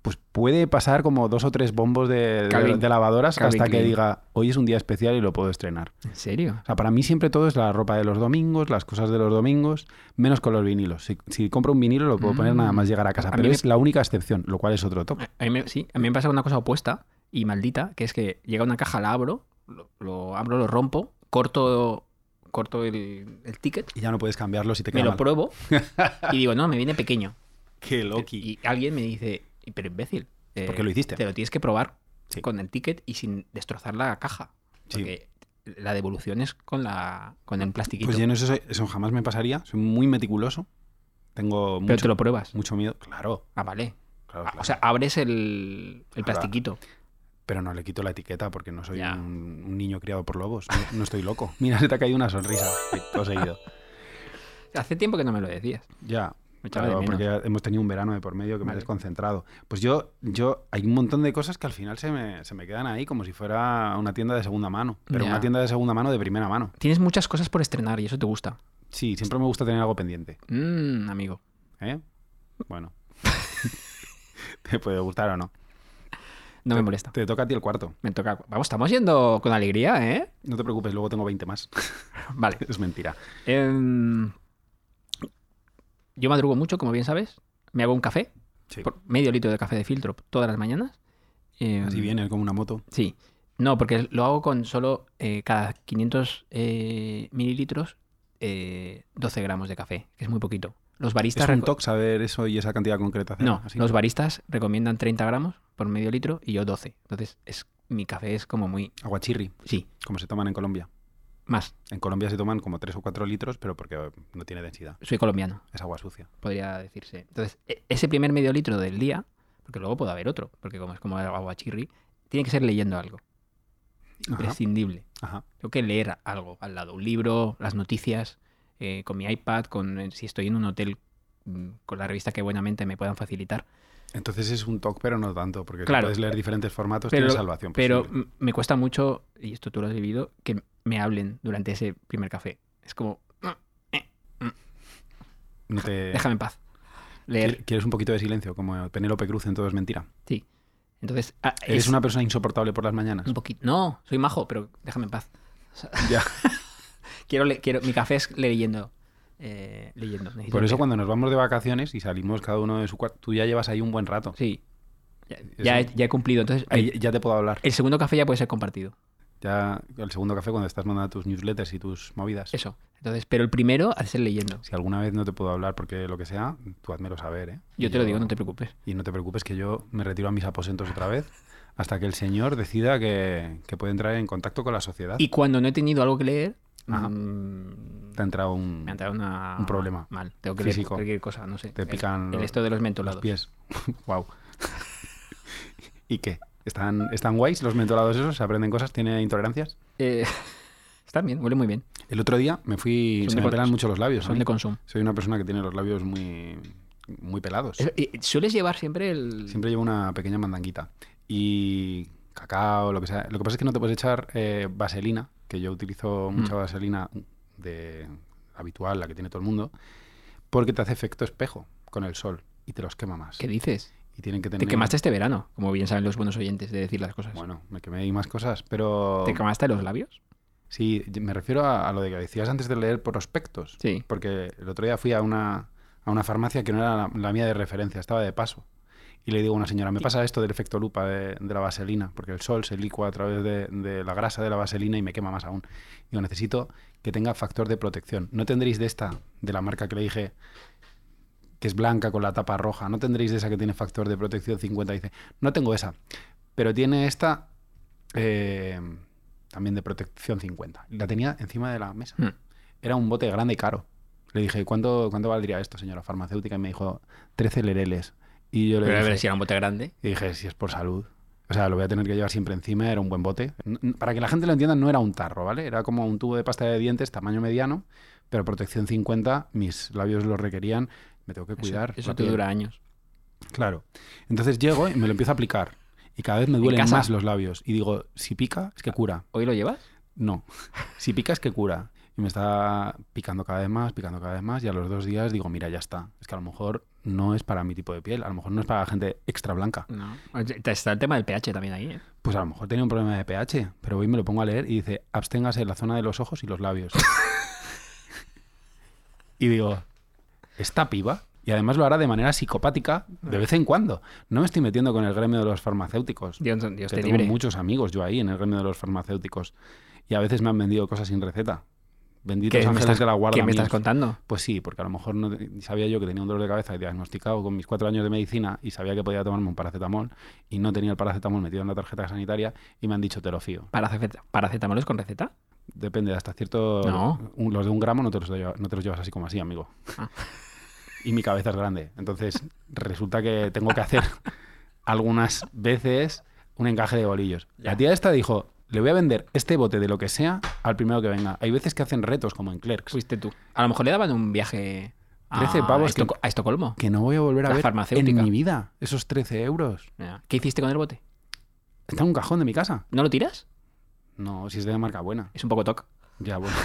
A: pues puede pasar como dos o tres bombos de, de-
B: Calvin-
A: de lavadoras
B: Calvin
A: hasta que
B: Klein.
A: diga, hoy es un día especial y lo puedo estrenar.
B: ¿En serio?
A: O sea, para mí siempre todo es la ropa de los domingos, las cosas de los domingos, menos con los vinilos. Si, si compro un vinilo lo puedo poner
B: Mm.
A: nada más llegar a casa,
B: A
A: pero
B: mí me-
A: es la única excepción, lo cual es otro top.
B: A mí me, sí, a mí me pasa una cosa opuesta y maldita, que es que llega una caja, la abro, lo, lo abro, lo rompo, corto, corto el, el ticket,
A: Y ya no puedes cambiarlo si te
B: me
A: queda
B: lo
A: mal.
B: pruebo y digo, no, me viene pequeño.
A: Qué
B: Y alguien me dice, "Y- pero imbécil. eh,
A: ¿Por qué lo hiciste?
B: Te lo tienes que probar.
A: Sí.
B: con el ticket y sin destrozar la caja.
A: Sí.
B: Porque la devolución es con, la, con el plastiquito.
A: Pues yo no eso, eso jamás me pasaría. Soy muy meticuloso. Tengo
B: pero te
A: mucho,
B: lo pruebas.
A: mucho miedo. Claro,
B: Ah, vale.
A: claro,
B: Ah,
A: claro.
B: O sea, abres el, el
A: Ahora-
B: plastiquito.
A: Pero no le quito la etiqueta porque no soy
B: Ya.
A: un, un niño criado por lobos. No, no estoy loco. Mira, se te ha caído una sonrisa. Sí, Todo seguido.
B: Hace tiempo que no me lo decías.
A: Ya.
B: Me echaba de
A: claro,
B: menos.
A: porque hemos tenido un verano de por medio que me ha
B: Vale.
A: desconcentrado. Pues yo, yo, hay un montón de cosas que al final se me, se me quedan ahí como si fuera una tienda de segunda mano. Pero
B: Ya.
A: una tienda de segunda mano de primera mano.
B: Tienes muchas cosas por estrenar y eso te gusta.
A: Sí, siempre me gusta tener algo pendiente.
B: Mm, amigo.
A: ¿eh? Bueno. te puede gustar o no.
B: No me molesta.
A: Te toca a ti el cuarto.
B: Me toca. Vamos, estamos yendo con alegría, ¿eh?
A: No te preocupes, luego tengo 20 más.
B: Vale.
A: es mentira.
B: Em, yo madrugo mucho, como bien sabes. Me hago un café,
A: Sí.
B: por- medio litro de café de filtro todas las mañanas. Em,
A: Así viene como una moto.
B: Sí. No, porque lo hago con solo eh, cada 500 eh, mililitros eh, 12 gramos de café, que es muy poquito. Los baristas
A: ¿Es un
B: reco-
A: toque saber eso y esa cantidad concreta? hacer
B: No,
A: así?
B: los baristas recomiendan 30 gramos por medio litro y yo 12. Entonces, es, mi café es como muy...
A: Aguachirri,
B: Sí,
A: como se toman en Colombia.
B: más.
A: En Colombia se toman como 3 o 4 litros, pero porque no tiene densidad.
B: Soy colombiano,
A: Es agua sucia.
B: podría decirse. Entonces, e- ese primer medio litro del día, porque luego puede haber otro, porque como es como aguachirri, tiene que ser leyendo algo.
A: Ajá.
B: Imprescindible.
A: Ajá.
B: Tengo que leer algo al lado, un libro, las noticias, eh, con mi iPad, con eh, si estoy en un hotel, mm, con la revista que buenamente me puedan facilitar.
A: Entonces es un toque, pero no tanto, porque si
B: Claro.
A: puedes leer diferentes formatos,
B: Pero-
A: tienes salvación. pues
B: Pero
A: posible.
B: m- me cuesta mucho, y esto tú lo has vivido, que me hablen durante ese primer café. Es como,
A: No te-
B: déjame en paz. Leer,
A: ¿Qui- ¿Quieres un poquito de silencio? Como Penélope Cruz en Todo es mentira.
B: sí. Entonces, ah,
A: ¿Eres
B: es
A: una persona insoportable por las mañanas?
B: un poquito. No, soy majo, pero déjame en paz.
A: Ya.
B: Quiero, le- quiero mi café es leyendo. eh, leyendo. Necesito
A: Por eso
B: leer.
A: cuando nos vamos de vacaciones y salimos cada uno de su cuarto, tú ya llevas ahí un buen rato.
B: Sí. Ya, ya he, eh, ya he cumplido. Entonces,
A: Ahí ya te puedo hablar.
B: el segundo café ya puede ser compartido.
A: Ya el segundo café cuando estás mandando tus newsletters y tus movidas.
B: Eso. Entonces, pero el primero ha de ser leyendo.
A: Si alguna vez no te puedo hablar porque lo que sea, tú házmelo saber, ¿eh? Y
B: Yo te lo digo, no te preocupes.
A: Y no te preocupes que yo me retiro a mis aposentos otra vez hasta que el señor decida que, que puede entrar en contacto con la sociedad.
B: Y cuando no he tenido algo que leer,
A: Ah. Ajá.
B: mm,
A: Te ha entrado un...
B: me ha entrado una-
A: Un problema
B: Mal. Tengo que leer
A: físico.
B: cualquier cosa, no sé.
A: Te
B: El-
A: pican
B: El,
A: los-
B: esto de los
A: los
B: mentolados.
A: pies. wow. ¿Y qué? ¿Están, ¿Están guays los mentolados esos? ¿Se aprenden cosas? ¿Tiene intolerancias?
B: Eh, están bien, huele muy bien.
A: El otro día me fui...
B: Son
A: Se me
B: de con-
A: pelan mucho los labios. a
B: Son
A: mí.
B: de consumo.
A: Soy una persona que tiene los labios muy, muy pelados.
B: Eh, eh, ¿Sueles llevar siempre el...?
A: Siempre llevo una pequeña mandanguita. Y cacao, lo que sea. Lo que pasa es que no te puedes echar eh, vaselina, que yo utilizo mucha
B: Mm.
A: vaselina de habitual, la que tiene todo el mundo, porque te hace efecto espejo con el sol y te los quema más.
B: ¿Qué dices?
A: Y tienen que tener...
B: Te quemaste este verano, como bien saben los buenos oyentes de decir las cosas.
A: Bueno, me quemé y más cosas, pero...
B: ¿Te quemaste los labios?
A: Sí, yo- me refiero a, a lo de que decías antes de leer prospectos.
B: Sí.
A: Porque el otro día fui a una, a una farmacia que no era la, la mía de referencia, estaba de paso. Y le digo a una señora, me pasa esto del efecto lupa de, de la vaselina, porque el sol se licua a través de, de la grasa de la vaselina y me quema más aún. Digo, necesito que tenga factor de protección. No tendréis de esta, de la marca que le dije, que es blanca con la tapa roja. No tendréis de esa que tiene factor de protección 50. Dice, no tengo esa, pero tiene esta eh, también de protección 50. La tenía encima de la mesa.
B: Hmm.
A: Era un bote grande y caro. Le dije, ¿cuánto, cuánto valdría esto, señora farmacéutica? Y me dijo, 13 lereles. Y yo le
B: Pero a
A: dije,
B: ver si era un bote grande.
A: y dije, si es por salud. O sea, lo voy a tener que llevar siempre encima, era un buen bote. N- n- Para que la gente lo entienda, no era un tarro, ¿vale? Era como un tubo de pasta de dientes, tamaño mediano, pero protección 50, mis labios lo requerían, me tengo que
B: Eso-
A: cuidar.
B: Eso,
A: la
B: te
A: piel.
B: dura años.
A: Claro. Entonces llego y me lo empiezo a aplicar. Y cada vez me duelen
B: casa?
A: más los labios. Y digo, si pica, es que cura.
B: ¿Hoy lo llevas?
A: No. Si pica es que cura. Y me está picando cada vez más, picando cada vez más. Y a los dos días digo, mira, ya está. Es que a lo mejor no es para mi tipo de piel. A lo mejor no es para la gente extra blanca.
B: No. Está el tema del pH también ahí, ¿eh?
A: Pues a lo mejor tenía un problema de pH. Pero hoy me lo pongo a leer y dice, absténgase en la zona de los ojos y los labios. y digo, ¿esta piba? Y además lo hará de manera psicopática de vez en cuando. No me estoy metiendo con el gremio de los farmacéuticos.
B: Dios, Dios
A: que
B: te
A: tengo
B: libre.
A: muchos amigos yo ahí en el gremio de los farmacéuticos y a veces me han vendido cosas sin receta. Benditos
B: ¿Qué me
A: ángeles
B: estás,
A: de la guarda.
B: qué me
A: míos.
B: estás contando?
A: Pues sí, porque a lo mejor no sabía yo que tenía un dolor de cabeza diagnosticado con mis cuatro años de medicina y sabía que podía tomarme un paracetamol y no tenía el paracetamol metido en la tarjeta sanitaria y me han dicho te lo fío.
B: ¿Paracet- ¿Paracetamoles con receta?
A: Depende, hasta cierto...
B: No.
A: un- los de un gramo no te los, lleva- no te los llevas así como así, amigo.
B: Ah.
A: Y mi cabeza es grande. Entonces resulta que tengo que hacer algunas veces un encaje de bolillos. La tía esta dijo, le voy a vender este bote de lo que sea al primero que venga. Hay veces que hacen retos como en Clerks.
B: Fuiste tú. A lo mejor le daban un viaje a,
A: 13 pavos
B: Estoco-
A: que-
B: a Estocolmo.
A: que no voy a volver a
B: La
A: ver
B: farmacéutica.
A: en mi vida esos 13 euros.
B: Ya. ¿Qué hiciste con el bote?
A: Está en un cajón de mi casa.
B: ¿No lo tiras?
A: No, si es de marca buena.
B: Es un poco toc.
A: Ya, bueno.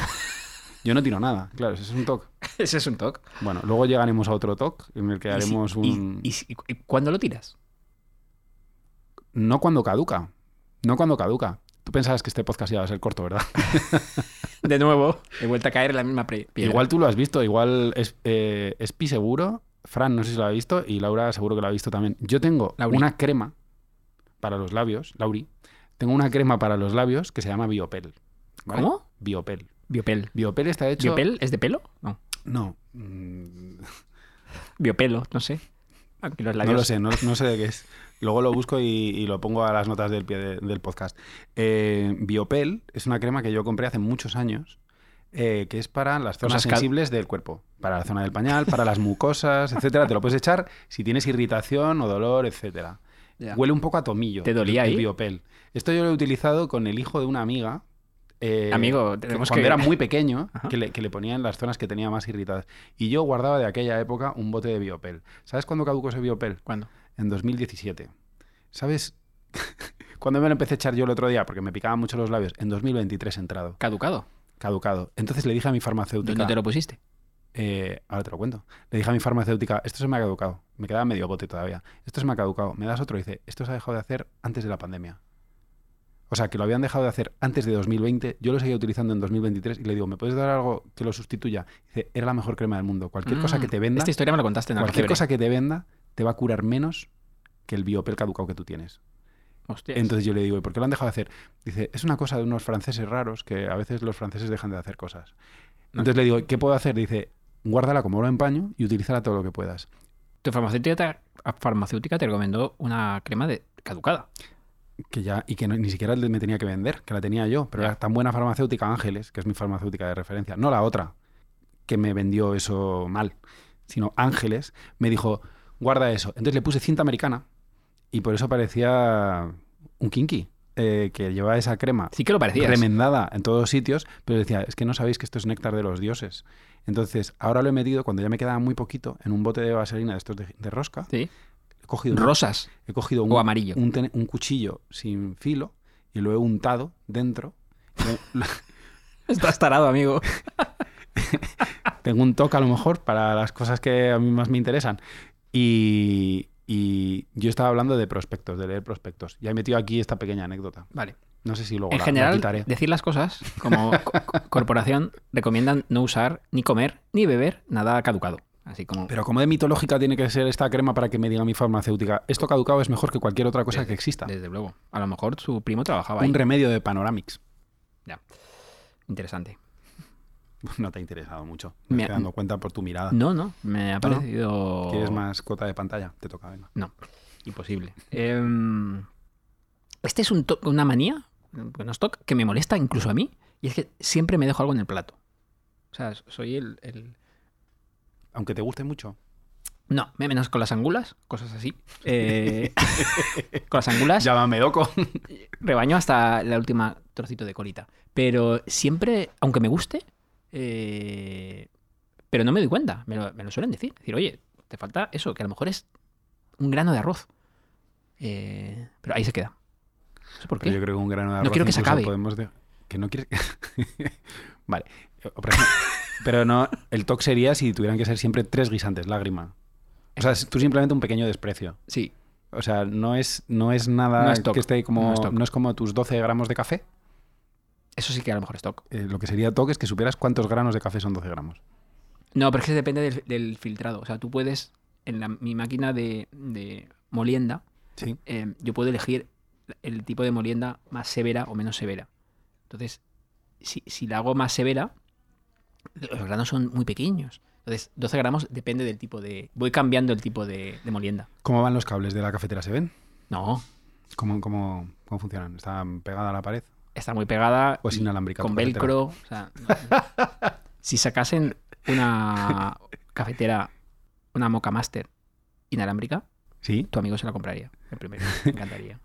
A: Yo no tiro nada, claro, ese es un TOC.
B: Ese es un toc.
A: Bueno, luego llegaremos a otro TOC en el que
B: ¿Y si-
A: haremos
B: y-
A: un...
B: y si- y cu- y cuándo lo tiras?
A: No cuando caduca, no cuando caduca. Tú pensabas que este podcast iba a ser corto, ¿verdad?
B: De nuevo. He vuelto a caer en la misma pre- piedra.
A: Igual tú lo has visto, igual es, eh, Espi seguro, Fran no sé si lo ha visto y Laura seguro que lo ha visto también. Yo tengo
B: Lauri.
A: una crema para los labios, Lauri, tengo una crema para los labios que se llama Biopel. ¿vale?
B: ¿Cómo?
A: Biopel.
B: Biopel.
A: Biopel está hecho.
B: ¿Biopel es de pelo? No.
A: No. mm,
B: Biopelo, no sé. Aunque los
A: No
B: labios-
A: lo sé, no, no sé de qué es. Luego lo busco y, y lo pongo a las notas del pie de- del podcast. Eh, Biopel es una crema que yo compré hace muchos años, eh, que es para las zonas
B: Cosas cal-
A: sensibles del cuerpo. Para la zona del pañal, para las mucosas, etcétera. Te lo puedes echar si tienes irritación o dolor, etcétera.
B: Ya.
A: Huele un poco a tomillo.
B: ¿Te dolía
A: el,
B: ahí?
A: Biopel. Esto yo lo he utilizado con el hijo de una amiga. eh,
B: Amigo, tenemos
A: cuando
B: que-
A: era muy pequeño,
B: Ajá.
A: que le, que le ponía en las zonas que tenía más irritadas. Y yo guardaba de aquella época un bote de Biopel. ¿Sabes cuándo caducó ese Biopel?
B: ¿Cuándo?
A: En 2017. ¿Sabes cuándo me lo empecé a echar yo el otro día? Porque me picaban mucho los labios. En 2023 entrado,
B: Caducado.
A: caducado. Entonces le dije a mi farmacéutica...
B: ¿Dónde te lo pusiste?
A: Eh, ahora te lo cuento. Le dije a mi farmacéutica, esto se me ha caducado. Me quedaba medio bote todavía. Esto se me ha caducado. Me das otro. Y dice, esto se ha dejado de hacer antes de la pandemia. O sea, que lo habían dejado de hacer antes de 2020. Yo lo seguía utilizando en 2023 y le digo, ¿me puedes dar algo que lo sustituya? Dice, era la mejor crema del mundo. Cualquier cosa
B: Mm,
A: que te venda,
B: Esta historia me la contaste en el
A: cualquier
B: Orfebre.
A: cosa que te venda, te va a curar menos que el biopel caducado que tú tienes.
B: Hostias.
A: Entonces yo le digo, ¿y por qué lo han dejado de hacer? Dice, es una cosa de unos franceses raros que a veces los franceses dejan de hacer cosas. Entonces le digo, ¿qué puedo hacer? Dice, guárdala como oro en paño y utilízala todo lo que puedas.
B: Tu farmacéutica te, farmacéutica te recomendó una crema de caducada.
A: Que ya, y que no- ni siquiera le- me tenía que vender, que la tenía yo. Pero
B: Ya.
A: era tan buena farmacéutica Ángeles, que es mi farmacéutica de referencia, no la otra, que me vendió eso mal, sino Ángeles, me dijo, guarda eso. Entonces le puse cinta americana y por eso parecía un kinky, eh, que llevaba esa crema
B: Sí que lo parecías.
A: remendada en todos sitios, pero decía, es que no sabéis que esto es néctar de los dioses. Entonces, ahora lo he metido, cuando ya me quedaba muy poquito, en un bote de vaselina de estos de, de rosca,
B: Sí.
A: he cogido, un-
B: Rosas
A: he cogido un,
B: o amarillo.
A: un ten- un cuchillo sin filo y lo he untado dentro. Lo- lo-
B: Estás tarado, amigo.
A: Tengo un toque a lo mejor para las cosas que a mí más me interesan. Y, y yo estaba hablando de prospectos, de leer prospectos. Ya he metido aquí esta pequeña anécdota.
B: Vale.
A: No sé si luego
B: En
A: la- la
B: general,
A: quitaré.
B: decir las cosas como co- co- corporación recomiendan no usar, ni comer, ni beber nada caducado. Así como.
A: Pero como de mitológica tiene que ser esta crema para que me diga mi farmacéutica, esto caducado es mejor que cualquier otra cosa que exista.
B: Desde luego. A lo mejor su primo trabajaba ahí.
A: Un remedio de Panoramix.
B: Interesante.
A: No te ha interesado mucho. Me,
B: Me-
A: estoy dando cuenta por tu mirada.
B: Eh, No, no. Me ha
A: No, no.
B: parecido.
A: ¿Quieres más cuota de pantalla? Te toca, venga.
B: No, imposible. Em, este es un to- una manía, unos toc, que me molesta incluso a mí, y es que siempre me dejo algo en el plato. O sea, soy el... el-
A: Aunque te guste mucho.
B: No, me menos con las angulas, cosas así. Eh, con las angulas
A: Llámame loco.
B: rebaño hasta la última trocito de colita. Pero siempre, aunque me guste, eh, pero no me doy cuenta, me lo, me lo suelen decir. Decir, oye, te falta eso, que a lo mejor es un grano de arroz. Eh, pero ahí se queda. No sé por
A: Pero yo
B: qué.
A: creo que un grano de
B: No
A: arroz.
B: quiero que se
A: incluso
B: acabe.
A: podemos de- Que no quieres. vale. O por ejemplo- Pero no, el toque sería si tuvieran que ser siempre tres guisantes, lágrima. O sea, es- tú simplemente un pequeño desprecio.
B: Sí,
A: O sea, no es, no es nada
B: No es toc.
A: que esté como.
B: No es toc.
A: no es como tus 12 gramos de café.
B: eso sí que a lo mejor es toc.
A: eh, lo que sería toque es que supieras cuántos granos de café son 12 gramos.
B: No, pero es que depende del, del filtrado. O sea, tú puedes, en la- mi máquina de, de molienda,
A: Sí.
B: eh, yo puedo elegir el tipo de molienda más severa o menos severa. Entonces, si, si la hago más severa, los granos son muy pequeños. Entonces, 12 gramos depende del tipo de... Voy cambiando el tipo de, de molienda.
A: ¿Cómo van los cables de la cafetera? ¿Se ven?
B: No,
A: ¿Cómo, cómo, cómo funcionan? ¿Están pegada a la pared?
B: está muy pegada.
A: ¿O es
B: y
A: inalámbrica tu
B: Con
A: cafetera?
B: velcro. o sea, no. si sacasen una cafetera, una Moca Master inalámbrica,
A: Sí.
B: tu amigo se la compraría. El primero. Me encantaría.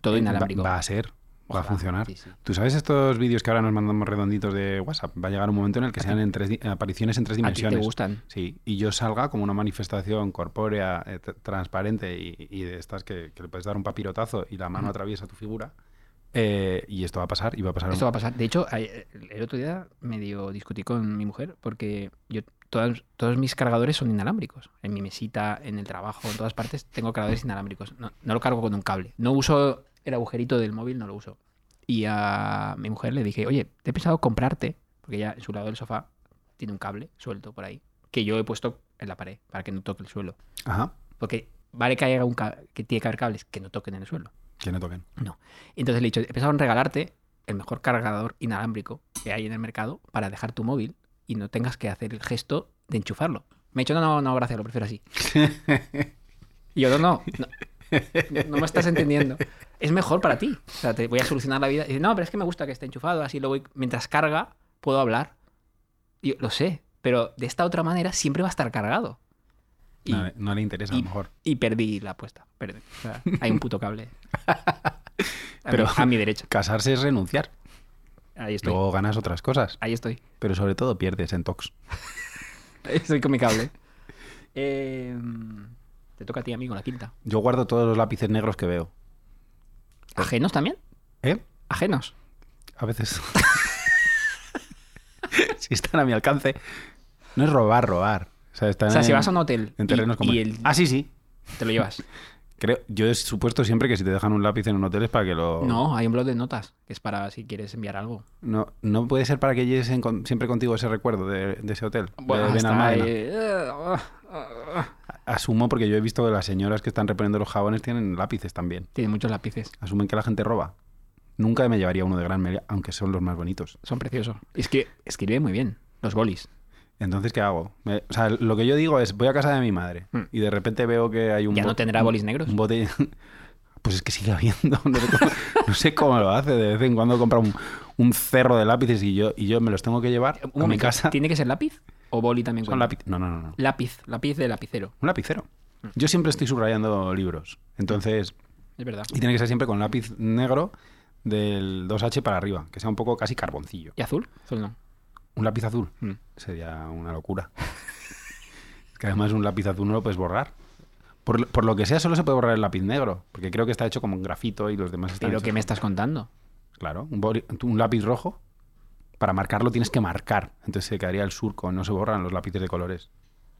B: Todo inalámbrico.
A: Va, va a ser. Va a
B: Ojalá.
A: funcionar.
B: Sí, sí.
A: ¿Tú sabes estos vídeos que ahora nos mandamos redonditos de WhatsApp? Va a llegar un momento en el que
B: ¿A ti?
A: sean en tres di- apariciones en tres
B: A ti te
A: dimensiones.
B: gustan.
A: Sí, y yo salga como una manifestación corpórea, eh, tr- transparente y, y de estas que, que le puedes dar un papirotazo y la mano
B: Ujú.
A: atraviesa tu figura. Eh, y esto va a pasar y va a pasar.
B: Esto va a pasar. De hecho, ayer- el otro día medio discutí con mi mujer porque yo todas, todos mis cargadores son inalámbricos. En mi mesita, en el trabajo, en todas partes tengo cargadores inalámbricos. No, no lo cargo con un cable. No uso el agujerito del móvil, no lo uso. Y a mi mujer le dije, oye, te he pensado comprarte, porque ella en su lado del sofá tiene un cable suelto por ahí, que yo he puesto en la pared para que no toque el suelo.
A: Ajá,
B: Porque vale que haya un ca- que tiene que haber cables que no toquen en el suelo.
A: que no toquen.
B: Entonces le he dicho, he pensado en regalarte el mejor cargador inalámbrico que hay en el mercado para dejar tu móvil y no tengas que hacer el gesto de enchufarlo. Me ha dicho, no, no, no, gracias, lo prefiero así. Y yo, no, no, no, no me estás entendiendo. Es mejor para ti. O sea, te voy a solucionar la vida. Y dice, no, pero es que me gusta que esté enchufado, así luego mientras carga puedo hablar. Y yo, lo sé, pero de esta otra manera siempre va a estar cargado. Y,
A: no, le- no le interesa a
B: y-
A: lo mejor.
B: y perdí la apuesta. perdí. O sea, hay un puto cable. A mi-
A: Pero-
B: a mi derecha.
A: Casarse es renunciar.
B: Ahí estoy.
A: Luego ganas otras cosas,
B: Ahí estoy.
A: pero sobre todo pierdes en tox.
B: Estoy con mi cable. Em, te toca a ti, amigo, la quinta.
A: Yo guardo todos los lápices negros que veo. Pues-
B: ¿Ajenos también?
A: ¿Eh?
B: ¿Ajenos?
A: A veces. si están a mi alcance. No es robar, robar. O sea, están
B: O sea, si
A: en-
B: vas a un hotel
A: Eh, en terrenos
B: y,
A: como.
B: y el-
A: Ah, sí, sí.
B: te lo llevas.
A: Creo, yo he supuesto siempre que si te dejan un lápiz en un hotel es para que lo.
B: No, hay un blog de notas, que es para si quieres enviar algo.
A: No, no puede ser para que lleves en con- siempre contigo ese recuerdo de, de ese hotel. de
B: Bueno, hasta
A: Benalmádena.
B: ahí, eh, ah, ah, ah.
A: Asumo porque yo he visto que las señoras que están reponiendo los jabones tienen lápices también.
B: Tiene muchos lápices.
A: Asumen que la gente roba. Nunca me llevaría uno de gran media, aunque son los más bonitos.
B: Son preciosos. Es que escribe muy bien. Los bolis.
A: Entonces, ¿qué hago? Me- o sea, lo que yo digo es, voy a casa de mi madre
B: Hmm.
A: y de repente veo que hay un...
B: ¿Ya
A: bo-
B: no tendrá
A: un-
B: bolis negros?
A: Un bote... Pues es que sigue habiendo. No sé cómo, no sé cómo lo hace. De vez en cuando compra un, un cerro de lápices y yo, y yo me los tengo que llevar
B: Un
A: a mi
B: momento,
A: casa.
B: ¿Tiene que ser lápiz o boli también?
A: Son
B: cuenta?
A: lápiz... No, no, no, no.
B: Lápiz, lápiz de lapicero.
A: Un lapicero.
B: Hmm.
A: Yo siempre estoy subrayando libros. Entonces,
B: Es verdad.
A: y tiene que ser siempre con lápiz negro del 2H para arriba, que sea un poco casi carboncillo.
B: ¿Y azul? Azul no.
A: Un lápiz azul.
B: Mm.
A: Sería una locura. Es que además un lápiz azul no lo puedes borrar. Por, lo- por lo que sea, solo se puede borrar el lápiz negro, porque creo que está hecho como un grafito y los demás están
B: ¿Pero
A: hechos
B: qué me estás contando?
A: con- Claro, un, boli- un lápiz rojo, para marcarlo tienes que marcar, entonces se quedaría el surco, no se borran los lápices de colores.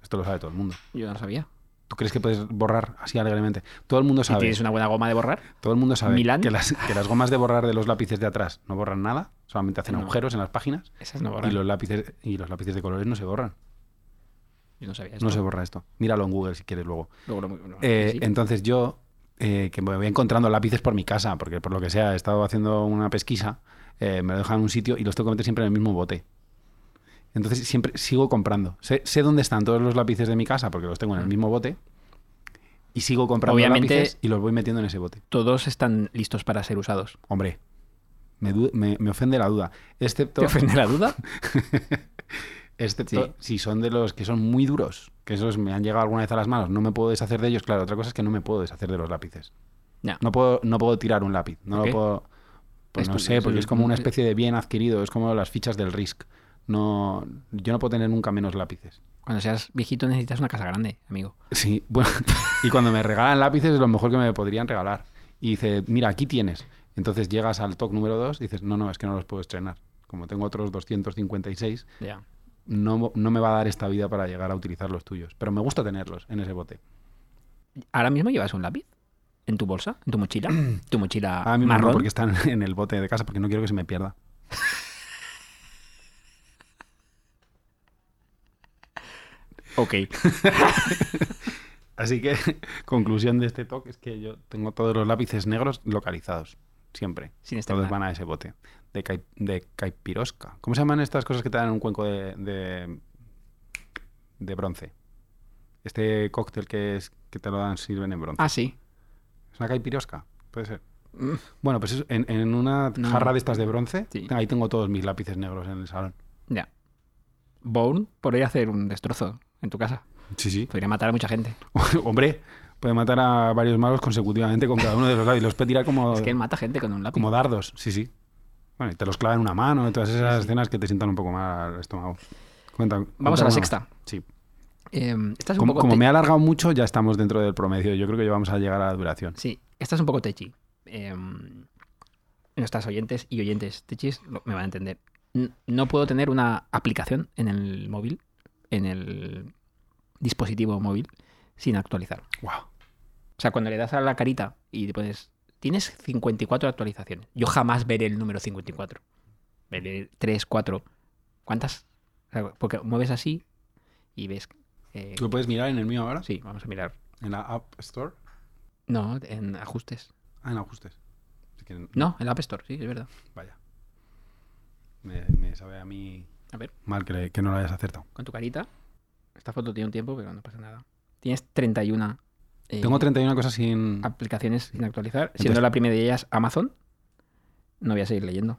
A: Esto lo sabe todo el mundo.
B: Yo no lo sabía.
A: ¿Tú crees que puedes borrar así alegremente? Todo el mundo
B: Si
A: sabe,
B: tienes una buena goma de borrar,
A: todo el mundo sabe
B: Milán.
A: que las, que las gomas de borrar de los lápices de atrás no borran nada, solamente hacen
B: No.
A: agujeros en las páginas
B: esas no
A: y
B: borran.
A: los lápices y los lápices de colores no se borran.
B: Yo no sabía
A: No
B: esto.
A: se borra esto. Míralo en Google si quieres luego.
B: Luego lo- lo- lo-
A: Eh,
B: Ah, sí.
A: Entonces yo, eh, que me voy encontrando lápices por mi casa, porque por lo que sea, he estado haciendo una pesquisa, eh, me lo dejan en un sitio y los tengo que meter siempre en el mismo bote. Entonces siempre sigo comprando. Sé, sé dónde están todos los lápices de mi casa, porque los tengo en el mismo bote, y sigo comprando
B: Mm. Obviamente-
A: lápices y los voy metiendo en ese bote.
B: Todos están listos para ser usados.
A: Hombre, me, du- me- me ofende la duda. Excepto,
B: ¿Te ofende la duda?
A: excepto
B: Sí.
A: si son de los que son muy duros, que esos me han llegado alguna vez a las manos, no me puedo deshacer de ellos. Claro, otra cosa es que no me puedo deshacer de los lápices.
B: No.
A: No puedo, no puedo tirar un lápiz. No
B: ¿Por qué?
A: lo puedo. Pues
B: Es
A: no
B: tu-
A: sé,
B: es
A: porque
B: el-
A: es como una especie de bien adquirido. Es como las fichas del Risk. No, yo no puedo tener nunca menos lápices.
B: Cuando seas viejito necesitas una casa grande, amigo.
A: Sí, bueno. Y cuando me regalan lápices es lo mejor que me podrían regalar. Y dice, mira, aquí tienes. Entonces llegas al TOC número 2 y dices, no, no, es que no los puedo estrenar. Como tengo otros 256,
B: Ya.
A: no, no me va a dar esta vida para llegar a utilizar los tuyos. Pero me gusta tenerlos en ese bote.
B: ¿Ahora mismo llevas un lápiz? ¿En tu bolsa? ¿En tu mochila? ¿Tu mochila
A: A mí
B: marrón?
A: no, porque están en el bote de casa, porque no quiero que se me pierda.
B: Ok.
A: Así que, conclusión de este talk es que yo tengo todos los lápices negros localizados. siempre.
B: Sin este
A: Todos van a ese bote. De, cai- de caipirosca. ¿Cómo se llaman estas cosas que te dan en un cuenco de, de, de bronce? Este cóctel que, es, que te lo dan, sirven en bronce.
B: Ah, sí.
A: ¿Es una caipirosca? Puede ser.
B: Mm.
A: Bueno, pues es- en, en una
B: No.
A: jarra de estas de bronce,
B: Mm. Sí.
A: ahí tengo todos mis lápices negros en el salón.
B: Ya. Bone podría hacer un destrozo en tu casa.
A: Sí, sí.
B: Podría matar a mucha gente.
A: Hombre, puede matar a varios magos consecutivamente con cada uno de los lápices. Los puede tirar como,
B: Es que él mata gente con un lápiz.
A: como dardos. Sí, sí. Bueno, y te los clava en una mano y todas esas
B: Sí, sí.
A: escenas que te sientan un poco mal al estómago. Cuenta-
B: Vamos
A: cuenta
B: a la
A: una
B: sexta.
A: más. Sí.
B: Eh, esta es un
A: Como,
B: poco
A: como
B: te-
A: me he alargado mucho, ya estamos dentro del promedio. Yo creo que ya vamos a llegar a la duración.
B: Sí, esta es un poco techi. Eh, nuestras oyentes y oyentes techis lo- me van a entender. N- No puedo tener una aplicación en el móvil, en el dispositivo móvil, sin actualizar.
A: Wow.
B: O sea, cuando le das a la carita y te pones, tienes 54 actualizaciones. Yo jamás veré el número 54. Veré 3, 4. ¿Cuántas? O sea, porque mueves así y ves... eh,
A: ¿Tú lo puedes mirar en el mío ahora?
B: sí, vamos a mirar.
A: En la App Store.
B: No, en ajustes.
A: Ah, en ajustes. Si quieren-
B: No, en la App Store, sí, es verdad.
A: Vaya. Me, me sabe a mí
B: A ver.
A: mal que, le- que no lo hayas acertado.
B: con tu carita. Esta foto tiene un tiempo, pero no pasa nada. Tienes 31 eh,
A: Tengo 31 cosas sin...
B: Ah, aplicaciones sin actualizar,
A: Entonces-
B: siendo la primera de ellas Amazon. No voy a seguir leyendo.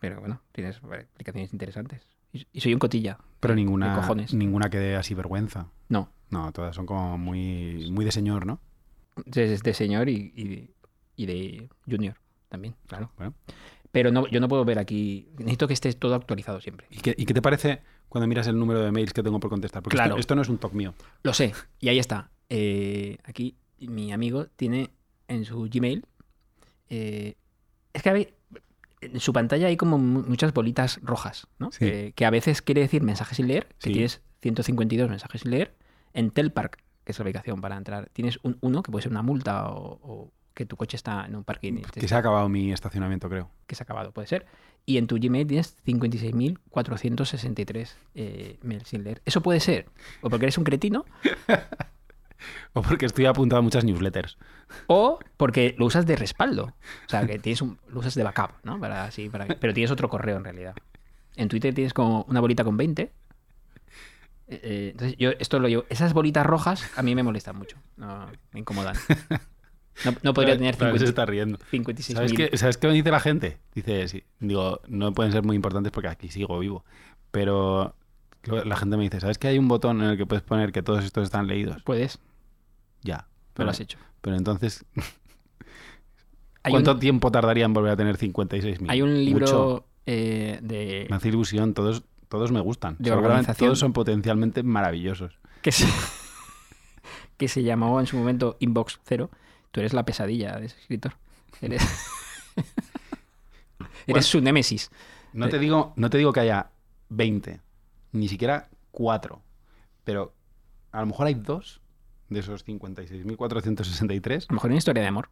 B: Pero bueno, tienes vale, aplicaciones interesantes. Y, y soy un cotilla.
A: Pero
B: de- de
A: ninguna,
B: cojones.
A: ninguna que dé así vergüenza.
B: No,
A: No, todas son como muy, muy de señor, ¿no?
B: es es de señor y, y de- y de junior también, claro.
A: Bueno.
B: Pero no, yo no puedo ver aquí. Necesito que esté todo actualizado siempre.
A: ¿Y qué, y qué te parece cuando miras el número de mails que tengo por contestar? Porque
B: Claro.
A: esto, esto no es un talk mío.
B: Lo sé, y ahí está. Eh, aquí mi amigo tiene en su Gmail. eh, es que hay- en su pantalla hay como mu- muchas bolitas rojas, ¿no?
A: Sí.
B: Eh, que a veces quiere decir mensajes sin leer, que
A: Sí.
B: tienes 152 mensajes sin leer. En Telpark, que es la aplicación para entrar, tienes un 1, que puede ser una multa o, o que tu coche está en un parking y te-
A: Que se ha acabado mi estacionamiento, creo.
B: que se ha acabado, puede ser. Y en tu Gmail tienes 56.463 eh, mails sin leer. Eso puede ser, o porque eres un cretino,
A: O porque estoy apuntado a muchas newsletters.
B: O porque lo usas de respaldo. O sea, que tienes un, lo usas de backup, ¿no? Para, así, para, pero tienes otro correo en realidad. En Twitter tienes como una bolita con 20. Eh, eh, entonces, yo esto lo llevo. Esas bolitas rojas a mí me molestan mucho. No, me incomodan. No, no podría tener
A: Otra vez
B: 50
A: se está riendo.
B: 56
A: ¿Sabes qué, ¿Sabes qué me dice la gente? Dice, sí, digo, no pueden ser muy importantes porque aquí sigo vivo. Pero lo- la gente me dice, ¿sabes que hay un botón en el que puedes poner que todos estos están leídos?
B: Puedes,
A: Ya.
B: pero
A: Pero,
B: lo has hecho.
A: pero entonces,
B: Hay
A: ¿cuánto
B: un,
A: tiempo tardaría en volver a tener 56.000?
B: hay un
A: Mucho.
B: libro eh, de,
A: Me hace ilusión, todos, todos me gustan.
B: De
A: Seguramente
B: organización.
A: Todos son potencialmente maravillosos.
B: que se, que se llamó en su momento Inbox Cero. Tú eres la pesadilla de ese escritor. Eres,
A: Bueno.
B: eres su némesis.
A: No
B: Eh.
A: te, digo, no te digo que haya 20, ni siquiera 4, pero a lo mejor hay dos de esos 56.463
B: A lo mejor una historia de amor.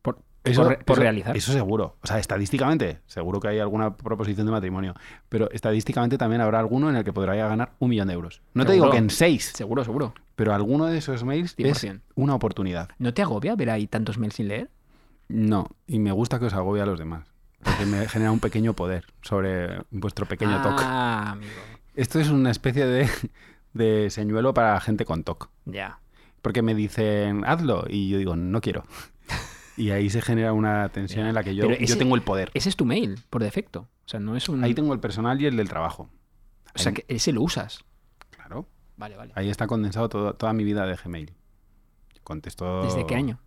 B: Por,
A: Eso-
B: por re- por
A: eso-
B: realizar.
A: Eso seguro. O sea, estadísticamente, seguro que hay alguna proposición de matrimonio. Pero estadísticamente también habrá alguno en el que podrá ya ganar un millón de euros. No te
B: Seguro.
A: digo que en seis,
B: Seguro, seguro.
A: pero alguno de esos mails es
B: 100%.
A: una oportunidad.
B: ¿No te agobia ver ahí tantos mails sin leer?
A: No, y me gusta que os agobie a los demás. Porque me genera un pequeño poder sobre vuestro pequeño TOC.
B: Ah, amigo.
A: Esto es una especie de, de señuelo para gente con TOC.
B: Ya.
A: Porque me dicen, hazlo, y yo digo, no quiero. Y ahí se genera una tensión
B: Ya.
A: en la que yo,
B: Pero
A: yo
B: ese-
A: tengo el poder.
B: Ese es tu mail, por defecto. O sea, no es un.
A: Ahí tengo el personal y el del trabajo.
B: O sea, que ese lo usas.
A: Claro.
B: Vale, vale.
A: Ahí está condensado todo- toda mi vida de Gmail. Contesto.
B: ¿Desde qué año?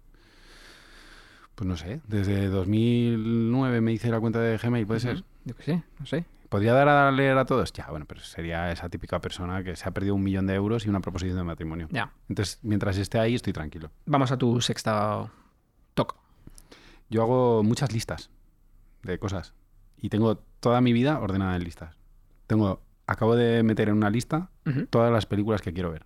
A: Pues no sé. Desde 2009 me hice la cuenta de Gmail, puede ser.
B: Ujú. Yo qué sé, no sé.
A: ¿Podría dar a leer a todos? Ya, bueno, pero sería esa típica persona que se ha perdido un millón de euros y una proposición de matrimonio.
B: Ya.
A: Entonces, mientras esté ahí, estoy tranquilo.
B: Vamos a tu sexta toc.
A: Yo hago muchas listas de cosas y tengo toda mi vida ordenada en listas. Tengo, acabo de meter en una lista
B: Ujú.
A: todas las películas que quiero ver,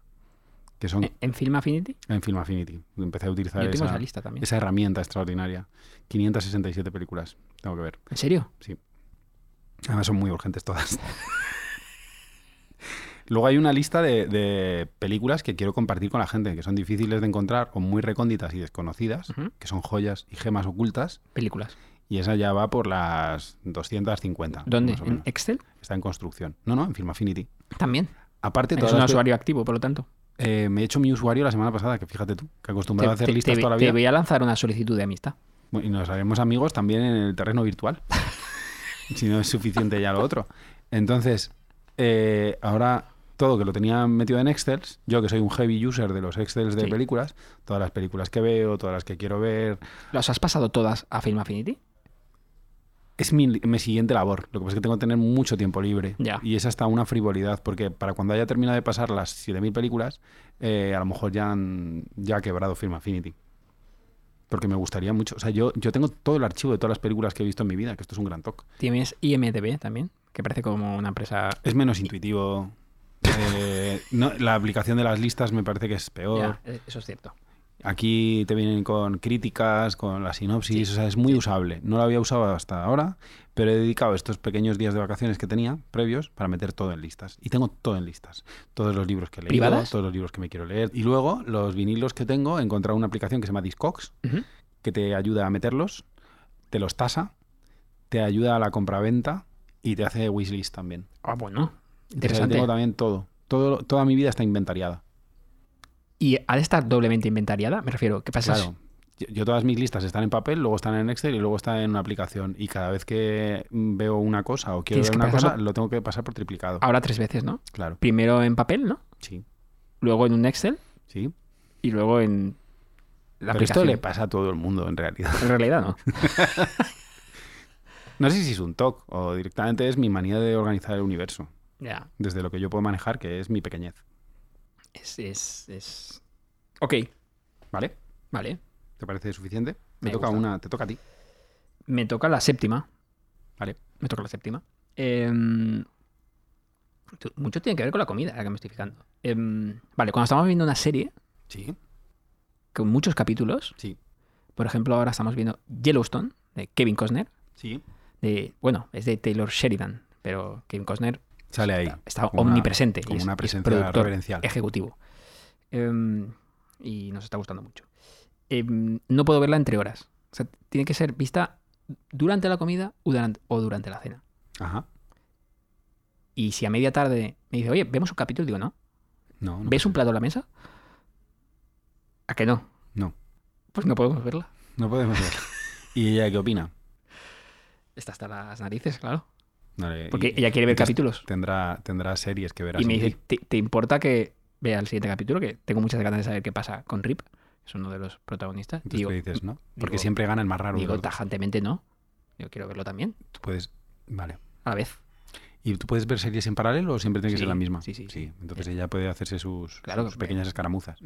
A: que son
B: ¿En- ¿En Film Affinity?
A: en Film Affinity. Empecé a utilizar
B: Eh. Yo tengo
A: esa,
B: esa lista también.
A: esa herramienta extraordinaria. 567 películas tengo que ver.
B: ¿En serio?
A: Además son muy urgentes todas. Luego hay una lista de, de películas que quiero compartir con la gente, que son difíciles de encontrar o muy recónditas y desconocidas,
B: Ujú.
A: que son joyas y gemas ocultas.
B: Películas.
A: Y esa ya va por las 250. Ah,
B: ¿Dónde?
A: más o
B: ¿En
A: menos.
B: Excel?
A: Está en construcción. No, no, en Firma Affinity.
B: También.
A: Aparte,
B: Es
A: todas
B: un
A: las que-
B: usuario activo, por lo tanto.
A: eh, me he hecho mi usuario la semana pasada, que fíjate tú, que acostumbraba a hacer listas
B: te-
A: toda la
B: te
A: vida.
B: voy a lanzar una solicitud de amistad.
A: Y nos haremos amigos también en el terreno virtual. si no es suficiente ya lo otro. Entonces, eh, ahora todo que lo tenía metido en Excel, yo que soy un heavy user de los Excels de
B: Sí.
A: películas, todas las películas que veo, todas las que quiero ver,
B: ¿Las has pasado todas a Film Affinity?
A: es mi, mi siguiente labor. Lo que pasa es que tengo que tener mucho tiempo libre.
B: Ya.
A: Y es hasta una frivolidad, porque para cuando haya terminado de pasar las 7.000 películas, eh, a lo mejor ya, han, ya ha quebrado Film Affinity. Porque me gustaría mucho. O sea, yo, yo tengo todo el archivo de todas las películas que he visto en mi vida, que esto es un gran toque.
B: Tienes IMDB también, que parece como una empresa.
A: Es menos intuitivo. Eh, no, la aplicación de las listas me parece que es peor.
B: Ya, eh, eso es cierto.
A: Aquí te vienen con críticas, con la sinopsis, o sea, es muy usable. No lo había usado hasta ahora, pero he dedicado estos pequeños días de vacaciones que tenía previos para meter todo en listas. Y tengo todo en listas. Todos los libros que he leído,
B: ¿Privadas?
A: todos los libros que me quiero leer. Y luego, los vinilos que tengo, he encontrado una aplicación que se llama Discogs,
B: Ujú.
A: que te ayuda a meterlos, te los tasa, te ayuda a la compraventa y te hace wishlist también.
B: Ah, bueno.
A: O sea, yo
B: Interesante.
A: tengo también todo. todo. Toda mi vida está inventariada.
B: Y ha de estar doblemente inventariada, me refiero. ¿Qué pasa?
A: Claro. Yo, yo todas mis listas están en papel, luego están en Excel y luego están en una aplicación. Y cada vez que mm, veo una cosa o quiero
B: Tienes
A: ver
B: que Ah.
A: una cosa,
B: pasarlo-
A: lo tengo que pasar por triplicado.
B: Ahora tres veces, ¿no?
A: Claro.
B: Primero en papel, ¿no?
A: Sí.
B: Luego en un Excel
A: Sí.
B: y luego en
A: Pero
B: la
A: esto
B: aplicación.
A: le pasa a todo el mundo en realidad.
B: En realidad, ¿no?
A: No sé si es un TOC o directamente es mi manía de organizar el universo.
B: ya.
A: Desde lo que yo puedo manejar, que es mi pequeñez.
B: Es, es, es. Ok,
A: ¿Vale?
B: vale.
A: ¿Te parece suficiente? Te
B: Me
A: toca
B: gusta.
A: una, te toca a ti.
B: Me toca la séptima.
A: Vale.
B: Me toca la séptima. Em, tu- mucho tiene que ver con la comida, ahora que me estoy fijando. Em, vale, cuando estamos viendo una serie
A: Sí.
B: con muchos capítulos,
A: Sí.
B: por ejemplo, ahora estamos viendo Yellowstone de Kevin Costner,
A: Sí.
B: de, bueno, es de Taylor Sheridan, pero Kevin Costner
A: Sale ahí.
B: está
A: Como una-
B: omnipresente. y
A: como
B: es-
A: una
B: es
A: presencia
B: productor
A: reverencial.
B: Ejecutivo. Em, y nos está gustando mucho. Em, no puedo verla entre horas. O sea, tiene que ser vista durante la comida o durante, o durante la cena.
A: Ajá.
B: Y si a media tarde me dice, oye, vemos un capítulo, digo, no.
A: No, no.
B: ¿Ves un plato en la mesa? ¿A que no?
A: No.
B: Pues no podemos verla.
A: No podemos ver. ¿Y ella qué opina?
B: Está hasta las narices, claro.
A: No le-
B: Porque
A: y-
B: ella quiere ver
A: entonces
B: capítulos.
A: Tendrá, tendrá series que verás.
B: Y me
A: en
B: dice, ¿te, te importa que vea el siguiente capítulo? Que tengo muchas ganas de saber qué pasa con Rip, que es uno de los protagonistas.
A: Entonces
B: digo,
A: le dices, ¿no? Porque
B: digo-
A: siempre gana el más raro. de
B: digo,
A: los dos.
B: tajantemente no. Yo quiero verlo también,
A: Tú puedes, vale.
B: a la vez.
A: ¿Y tú puedes ver series en paralelo o siempre tiene que
B: Sí,
A: ser la misma?
B: sí, sí, sí.
A: Entonces ella puede hacerse sus,
B: Claro,
A: sus
B: me-
A: pequeñas escaramuzas.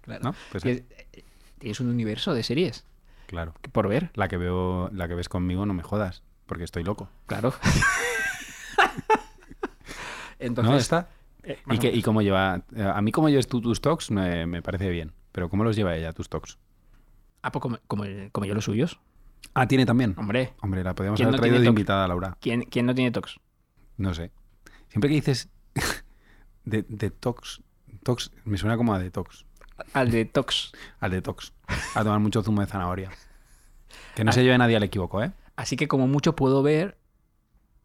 B: Claro.
A: ¿No? Pues,
B: Y es- eh, Tienes un universo de series
A: claro.
B: que por ver,
A: La que veo, la que ves conmigo no me jodas, porque estoy loco.
B: claro. Entonces,
A: ¿No está?
B: eh, más
A: ¿Y,
B: o
A: que, y cómo lleva? eh, A mí cómo lleves tú tus talks me, me parece bien, pero ¿cómo los lleva ella tus talks?
B: Ah, pues como, como el- como yo los suyos.
A: Ah, tiene también.
B: Hombre,
A: Hombre, la podíamos
B: ¿Quién
A: haber
B: no
A: traído
B: tiene
A: de
B: toc?
A: invitada, Laura.
B: ¿quién, quién no tiene tox?
A: No sé. Siempre que dices de, detox, tox, me suena como a detox.
B: Al de tox.
A: Al detox. A tomar mucho zumo de zanahoria. Que
B: Ah.
A: no se lleve nadie al equivoco, ¿eh?
B: Así que como mucho puedo ver,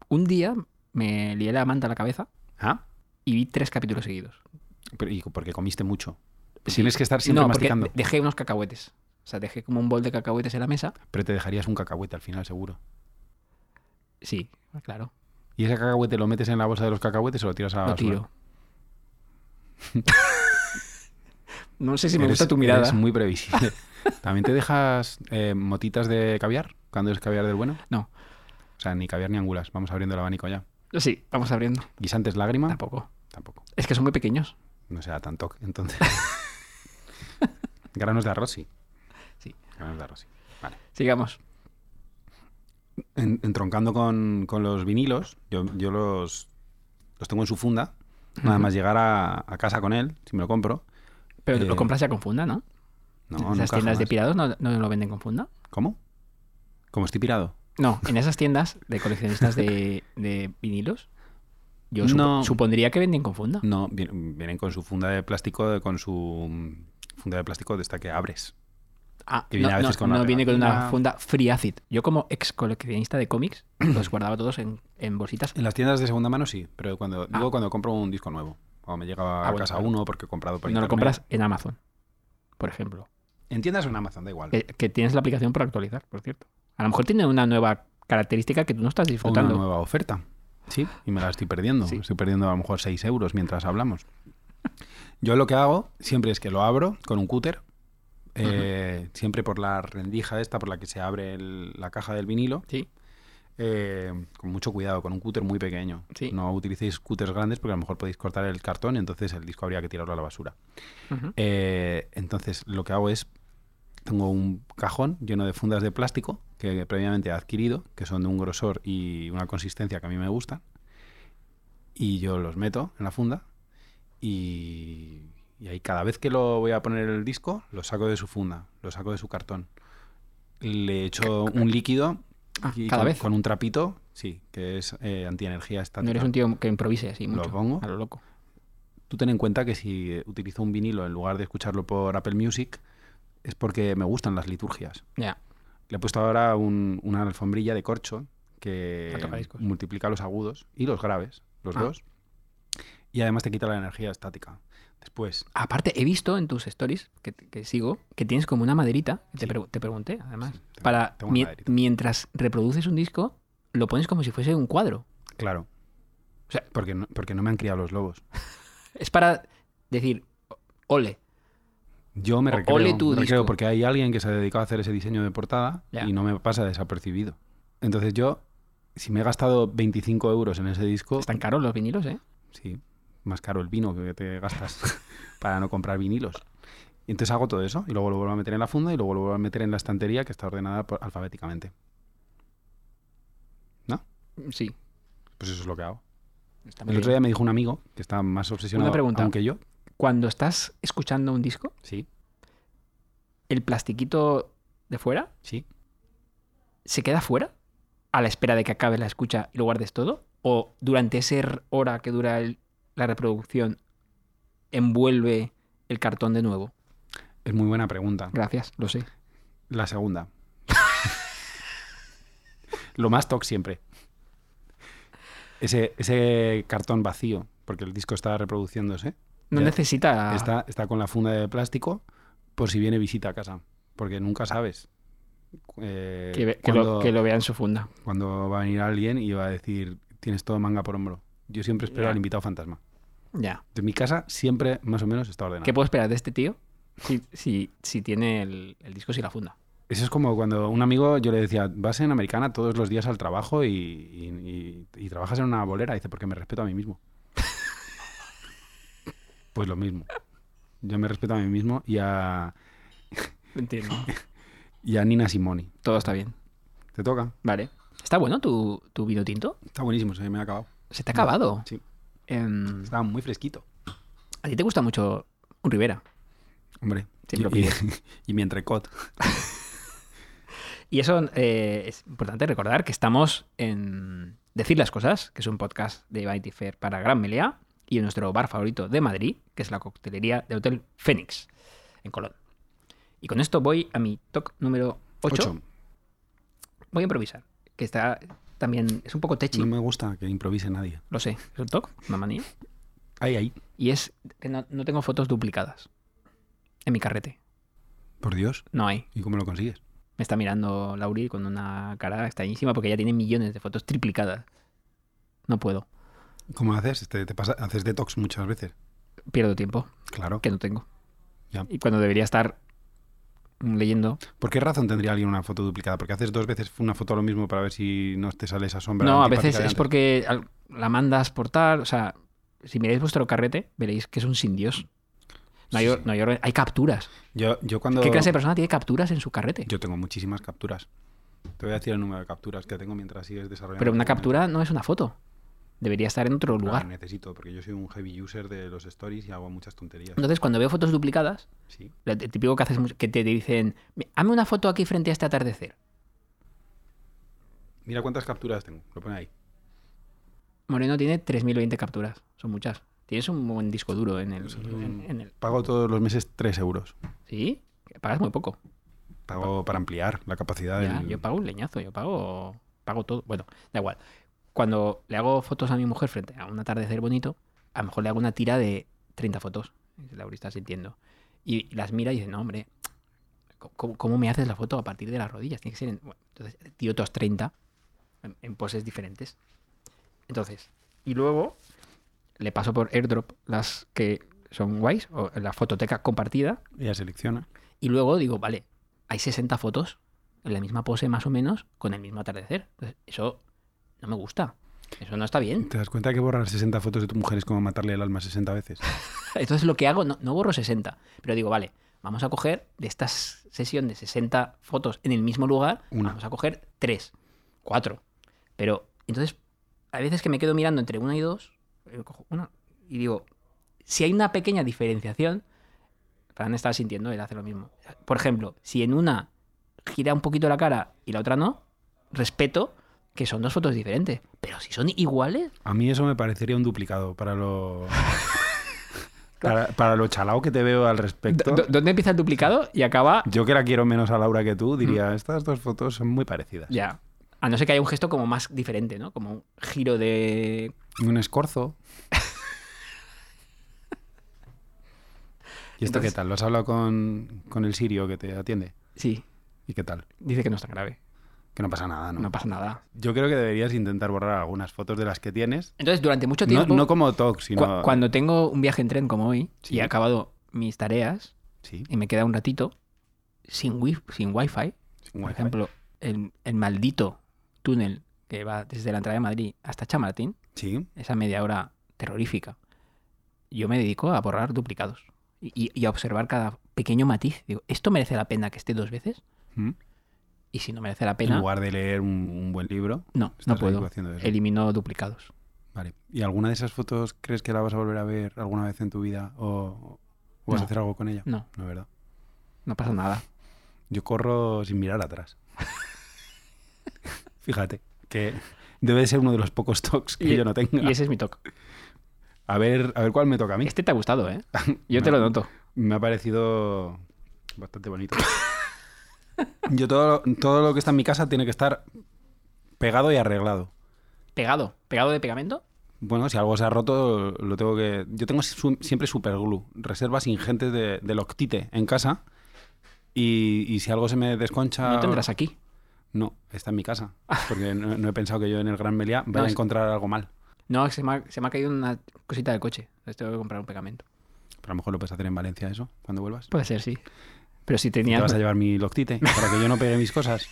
B: un día me lié la manta a la cabeza
A: ¿Ah?
B: y vi tres capítulos seguidos.
A: Pero- y porque comiste mucho.
B: Sí.
A: Tienes que estar siempre
B: no, porque
A: masticando.
B: de- dejé unos cacahuetes. O sea, dejé como un bol de cacahuetes en la mesa.
A: Pero te dejarías un cacahuete al final, seguro.
B: Sí, claro.
A: ¿Y ese cacahuete lo metes en la bolsa de los cacahuetes o lo tiras a la
B: lo
A: basura?
B: tiro. no sé si me
A: Eres-
B: gusta tu mirada.
A: eres muy previsible. ¿También te dejas eh, motitas de caviar? Cuando es caviar del bueno.
B: No.
A: O sea, ni caviar ni angulas. Vamos abriendo el abanico ya.
B: Sí, vamos abriendo.
A: ¿Guisantes lágrima?
B: Tampoco.
A: Tampoco.
B: Es que son muy pequeños.
A: No sea tan toque, entonces. Granos de arroz, sí.
B: Sí.
A: Granos de arroz, sí. Vale.
B: Sigamos.
A: En- entroncando con, con los vinilos, yo, yo los, los tengo en su funda. Nada más llegar a, a casa con él, si me lo compro.
B: Pero
A: Eh,
B: lo compras ya con funda, ¿no?
A: No,
B: en
A: nunca
B: esas tiendas de
A: jamás.
B: pirados no, no lo venden con funda.
A: ¿Cómo? ¿Cómo estoy pirado?
B: No, en esas tiendas de coleccionistas de, de vinilos, yo supo-
A: No.
B: supondría que venden con funda.
A: No, vi- vienen con su funda de plástico, con su mm, funda de plástico de esta que abres.
B: Ah,
A: Que viene
B: no,
A: a veces
B: no,
A: con
B: no
A: una
B: viene con una
A: pegatina.
B: funda free acid. Yo como ex coleccionista de cómics los guardaba todos en, en bolsitas.
A: En las tiendas de segunda mano sí, pero cuando
B: Ah.
A: digo cuando compro un disco nuevo. O me llega
B: Ah,
A: a
B: bueno,
A: casa
B: claro.
A: uno porque he comprado por
B: No lo
A: internet.
B: compras en Amazon, por ejemplo.
A: En tiendas o en Amazon, da igual.
B: Que, que tienes la aplicación para actualizar, por cierto. A lo mejor tiene una nueva característica que tú no estás
A: O una
B: disfrutando.
A: nueva oferta. Sí, y me la estoy perdiendo.
B: Sí.
A: Estoy perdiendo a lo mejor 6 euros mientras hablamos. Yo lo que hago siempre es que lo abro con un cúter, eh, siempre por la rendija esta por la que se abre el- la caja del vinilo,
B: Sí.
A: eh, con mucho cuidado, con un cúter muy pequeño.
B: Sí.
A: No utilicéis cúters grandes porque a lo mejor podéis cortar el cartón y entonces el disco habría que tirarlo a la basura.
B: Ujú.
A: Eh, entonces, lo que hago es, tengo un cajón lleno de fundas de plástico que previamente he adquirido, que son de un grosor y una consistencia que a mí me gustan, y yo los meto en la funda y, y ahí cada vez que lo voy a poner el disco, lo saco de su funda, lo saco de su cartón, le echo un líquido
B: Ah,
A: y
B: cada
A: con,
B: vez.
A: con un trapito, sí, que es eh, antienergía estática.
B: No eres un tío que improvise así mucho.
A: pongo.
B: A lo loco.
A: tú ten en cuenta que si utilizo un vinilo en lugar de escucharlo por Apple Music, es porque me gustan las liturgias.
B: Ya.
A: Le he puesto ahora un- una alfombrilla de corcho que
B: Para tocadiscos.
A: multiplica los agudos y los graves, los
B: Ah.
A: dos. Y además te quita la energía estática. Después,
B: Aparte, he visto en tus stories que, que sigo que tienes como una maderita. que Te, pregu- te pregunté, además.
A: Sí, tengo-
B: para
A: tengo una
B: mie-
A: maderita.
B: mientras reproduces un disco, lo pones como si fuese un cuadro.
A: claro.
B: O sea-
A: porque no, porque no me han criado los lobos.
B: Es para decir, ole.
A: Yo me
B: O-
A: recreo,
B: ole tu
A: me recreo
B: disco.
A: porque hay alguien que se ha dedicado a hacer ese diseño de portada
B: Ya.
A: y no me pasa desapercibido. Entonces yo, si me he gastado 25 euros en ese disco,
B: Están caros los vinilos, ¿eh?
A: Sí, más caro el vino que te gastas para no comprar vinilos. Y entonces hago todo eso y luego lo vuelvo a meter en la funda y luego lo vuelvo a meter en la estantería que está ordenada por- alfabéticamente.
B: Sí.
A: Pues eso es lo que hago.
B: está muy
A: El otro
B: bien.
A: día me dijo un amigo que está más obsesionado
B: Una pregunta.
A: aún que yo.
B: Cuando estás escuchando un disco,
A: Sí,
B: el plastiquito de fuera
A: sí.
B: se queda fuera a la espera de que acabe la escucha y lo guardes todo? ¿O durante esa r- hora que dura el- la reproducción envuelve el cartón de nuevo?
A: Es muy buena pregunta.
B: Gracias, lo sé.
A: La segunda. Lo más toc siempre. Ese, ese cartón vacío, porque el disco está reproduciéndose.
B: No
A: Ya.
B: necesita...
A: Está, está con la funda de plástico por si viene visita a casa, porque nunca sabes eh,
B: Ah. Que, ve- que
A: cuándo,
B: lo, que lo vea en su funda.
A: cuándo va a venir alguien y va a decir, tienes todo manga por hombro. Yo siempre espero
B: Ya.
A: al invitado fantasma.
B: Ya.
A: En mi casa siempre más o menos está ordenado.
B: ¿Qué puedo esperar de este tío si, si, si tiene el, el disco sin la funda?
A: Eso es como cuando un amigo yo le decía, vas en Americana todos los días al trabajo y, y- y- y trabajas en una bolera. Dice, porque me respeto a mí mismo. pues lo mismo. Yo me respeto a mí mismo y a,
B: Entiendo.
A: y a Nina Simoni.
B: Todo está bien.
A: Te toca.
B: Vale. ¿Está bueno tu, tu vino tinto?
A: Está buenísimo, se me ha acabado.
B: Se te ha acabado.
A: Sí.
B: Em,
A: Estaba muy fresquito.
B: a ti te gusta mucho un Rivera.
A: Hombre.
B: Sí,
A: y,
B: lo
A: y- y mi entrecot.
B: Y eso eh, es importante recordar que estamos en Decir las Cosas, que es un podcast de Vanity Fair para Gran Melea, y en nuestro bar favorito de Madrid, que es la coctelería del Hotel Fénix, en Colón. Y con esto voy a mi toc número 8.
A: Ocho.
B: Voy a improvisar, que está también, es un poco techy,
A: No me gusta que improvise nadie.
B: lo sé, es un toc, una manía.
A: Ahí, ahí.
B: Y es que no, no tengo fotos duplicadas en mi carrete,
A: Por Dios.
B: no hay.
A: ¿Y cómo lo consigues?
B: Me está mirando Lauri con una cara extrañísima porque ya tiene millones de fotos triplicadas. No puedo.
A: ¿Cómo haces? Este, Te, te pasa- haces detox muchas veces.
B: pierdo tiempo
A: Claro.
B: que no tengo.
A: Ya.
B: Y cuando debería estar leyendo.
A: ¿Por qué razón tendría alguien una foto duplicada? Porque haces dos veces una foto a lo mismo para ver si no te sale esa sombra.
B: no, a
A: antipática
B: veces
A: de
B: es
A: antes.
B: porque al- la mandas por tal. O sea, si miráis vuestro carrete, veréis que es un sin Dios. No hay,
A: Sí,
B: or-
A: sí.
B: no hay orden- hay capturas.
A: Yo, yo cuando.
B: ¿Qué clase de persona tiene capturas en su carrete?
A: Yo tengo muchísimas capturas. Te voy a decir el número de capturas que tengo mientras sigues desarrollando.
B: Pero una
A: el documento.
B: captura no es una foto. Debería estar en otro
A: Pero la
B: lugar.
A: necesito, porque yo soy un heavy user de los stories y hago muchas tonterías.
B: Entonces, cuando veo fotos duplicadas,
A: Sí.
B: el típico que haces mucho- que te dicen, hazme una foto aquí frente a este atardecer.
A: Mira cuántas capturas tengo. Lo pone ahí.
B: Moreno tiene 3020 capturas. Son muchas. Tienes un buen disco duro en el,
A: Eso es un-
B: en- en el
A: Pago todos los meses 3 euros.
B: Sí, que pagas muy poco.
A: Pago para ampliar la capacidad
B: Ya,
A: del-
B: Yo pago un leñazo, yo pago, pago todo. Bueno, da igual. Cuando le hago fotos a mi mujer frente a un atardecer bonito, a lo mejor le hago una tira de 30 fotos. La está sintiendo. Y las mira y dice, no, hombre, ¿cómo, cómo me haces la foto a partir de las rodillas? Tiene que ser en... bueno, entonces, tiro otros 30 en, en poses diferentes. Entonces, y luego le paso por airdrop las que son guays, o la fototeca compartida,
A: Ella selecciona.
B: y luego digo, vale, hay 60 fotos en la misma pose más o menos con el mismo atardecer. Entonces, eso no me gusta. Eso no está bien.
A: ¿Te das cuenta que borrar 60 fotos de tu mujer es como matarle el alma 60 veces?
B: Entonces lo que hago, no, no borro 60, pero digo, vale, vamos a coger de esta s- sesión de 60 fotos en el mismo lugar,
A: Una.
B: vamos a coger 3, 4. Pero entonces, a veces que me quedo mirando entre una y dos, eh, cojo una y digo, si hay una pequeña diferenciación, Fran está sintiendo, él hace lo mismo. Por ejemplo, si en una gira un poquito la cara y la otra no, respeto que son dos fotos diferentes, pero si son iguales,
A: A mí eso me parecería un duplicado para lo. para, para lo chalao que te veo al respecto.
B: ¿dó- ¿dónde empieza el duplicado y acaba
A: Yo que la quiero menos a Laura que tú, diría, estas dos fotos son muy parecidas.
B: Mm. Ya. A no ser que haya un gesto como más diferente, ¿no? Como un giro de.
A: Un escorzo. ¿Y esto
B: Entonces-
A: qué tal? ¿Lo has hablado con, con el sirio que te atiende?
B: Sí,
A: ¿Y qué tal?
B: dice que no está grave.
A: Que no pasa nada, ¿no?
B: No, pasa nada.
A: Yo creo que deberías intentar borrar algunas fotos de las que tienes.
B: Entonces, durante mucho
A: No,
B: tiempo.
A: no como TOC,
B: cu-
A: sino.
B: Cuando tengo un viaje en tren como hoy
A: Sí.
B: y he acabado mis tareas
A: Sí,
B: y me queda un ratito sin, wi sin wifi,
A: sin
B: por
A: wifi.
B: ejemplo, el, el maldito túnel que va desde la entrada de Madrid hasta Chamartín,
A: Sí.
B: esa media hora terrorífica, yo me dedico a borrar duplicados y, y- y a observar cada pequeño matiz. Digo, ¿esto merece la pena que esté dos veces?
A: ¿Mm?
B: Y si no merece la
A: En
B: pena,
A: lugar de leer un, un buen libro.
B: no,
A: estás
B: no
A: ahí
B: puedo.
A: haciendo eso.
B: Elimino duplicados.
A: Vale. ¿Y alguna de esas fotos crees que la vas a volver a ver alguna vez en tu vida? ¿O, o vas
B: No.
A: a hacer algo con ella?
B: No,
A: No, ¿verdad?
B: no pasa nada.
A: Yo corro sin mirar atrás. Fíjate, que debe de ser uno de los pocos talks que
B: Y-
A: yo no tenga.
B: Y ese es mi toque.
A: A, ver, a ver cuál me toca a mí.
B: Este te ha gustado, ¿eh? Yo te lo noto.
A: Me ha parecido bastante bonito. Yo todo, lo- todo lo que está en mi casa tiene que estar pegado y arreglado.
B: Pegado. ¿Pegado de pegamento?
A: Bueno, si algo se ha roto, lo tengo que. Yo tengo su- siempre superglue, reservas ingentes de, de Loctite en casa. Y, y si algo se me desconcha.
B: No tendrás aquí.
A: No, está en mi casa. Porque no, no he pensado que yo en el Gran Meliá vaya
B: No,
A: a
B: es-
A: encontrar algo mal.
B: No, se me ha, se me ha caído una cosita del coche. Entonces tengo que comprar un pegamento.
A: Pero a lo mejor lo puedes hacer en Valencia eso, cuando vuelvas.
B: Puede ser, sí. Pero si
A: Te
B: tenías...
A: vas a llevar mi Loctite para que yo no pegue mis cosas.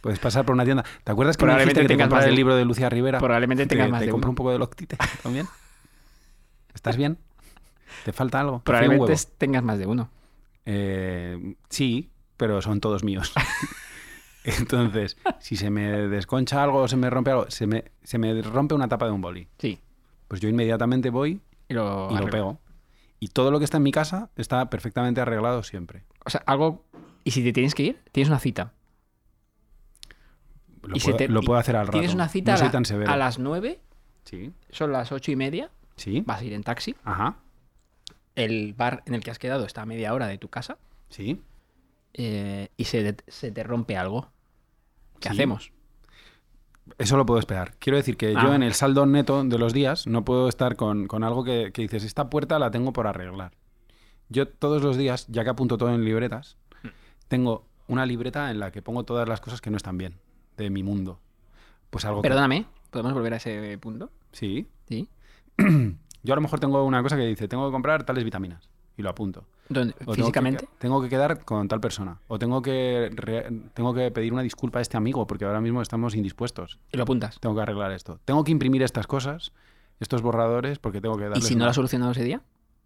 A: Puedes pasar por una tienda. ¿Te acuerdas que me dijiste
B: Probablemente
A: que te
B: tengas
A: comprara
B: más de
A: el
B: un-
A: libro de Lucía Rivera?
B: Probablemente tengas
A: te,
B: más
A: te
B: de
A: compro
B: uno.
A: un poco de Loctite también. ¿Estás bien? ¿Te falta algo? ¿Te falla un
B: Probablemente
A: huevo?
B: tengas más de uno.
A: Eh, sí, pero son todos míos. Entonces, si se me desconcha algo o se me rompe algo, se me, se me rompe una tapa de un boli,
B: Sí.
A: pues yo inmediatamente voy
B: Y lo,
A: y lo
B: arreglo.
A: pego. Y todo lo que está en mi casa está perfectamente arreglado siempre.
B: O sea, algo... Y si te tienes que ir, tienes una cita.
A: Lo,
B: Y se
A: puedo,
B: te-
A: lo
B: y
A: puedo hacer al rato.
B: Tienes una cita
A: no
B: a,
A: soy
B: la-
A: tan severo.
B: a las 9,
A: Sí,
B: son las ocho y media,
A: sí.
B: vas a ir en taxi.
A: Ajá,
B: el bar en el que has quedado está a media hora de tu casa
A: sí.
B: eh, y se, de- se te rompe algo. ¿Qué
A: Sí.
B: hacemos?
A: Eso lo puedo esperar. Quiero decir que yo
B: Ah.
A: en el saldo neto de los días no puedo estar con, con algo que, que dices, esta puerta la tengo por arreglar. Yo todos los días, ya que apunto todo en libretas,
B: Mm.
A: tengo una libreta en la que pongo todas las cosas que no están bien de mi mundo. Pues algo que-
B: Perdóname, ¿podemos volver a ese punto?
A: Sí.
B: ¿Sí?
A: Yo a lo mejor tengo una cosa que dice, tengo que comprar tales vitaminas. Y lo apunto.
B: ¿Dónde?
A: O tengo que-
B: ¿Físicamente?
A: Tengo que, quedar con tal persona. O tengo que, re- tengo que pedir una disculpa a este amigo porque ahora mismo estamos indispuestos.
B: Y lo apuntas.
A: tengo que arreglar esto. Tengo que imprimir estas cosas, estos borradores, porque tengo que darle.
B: ¿Y si no lo has solucionado ese día?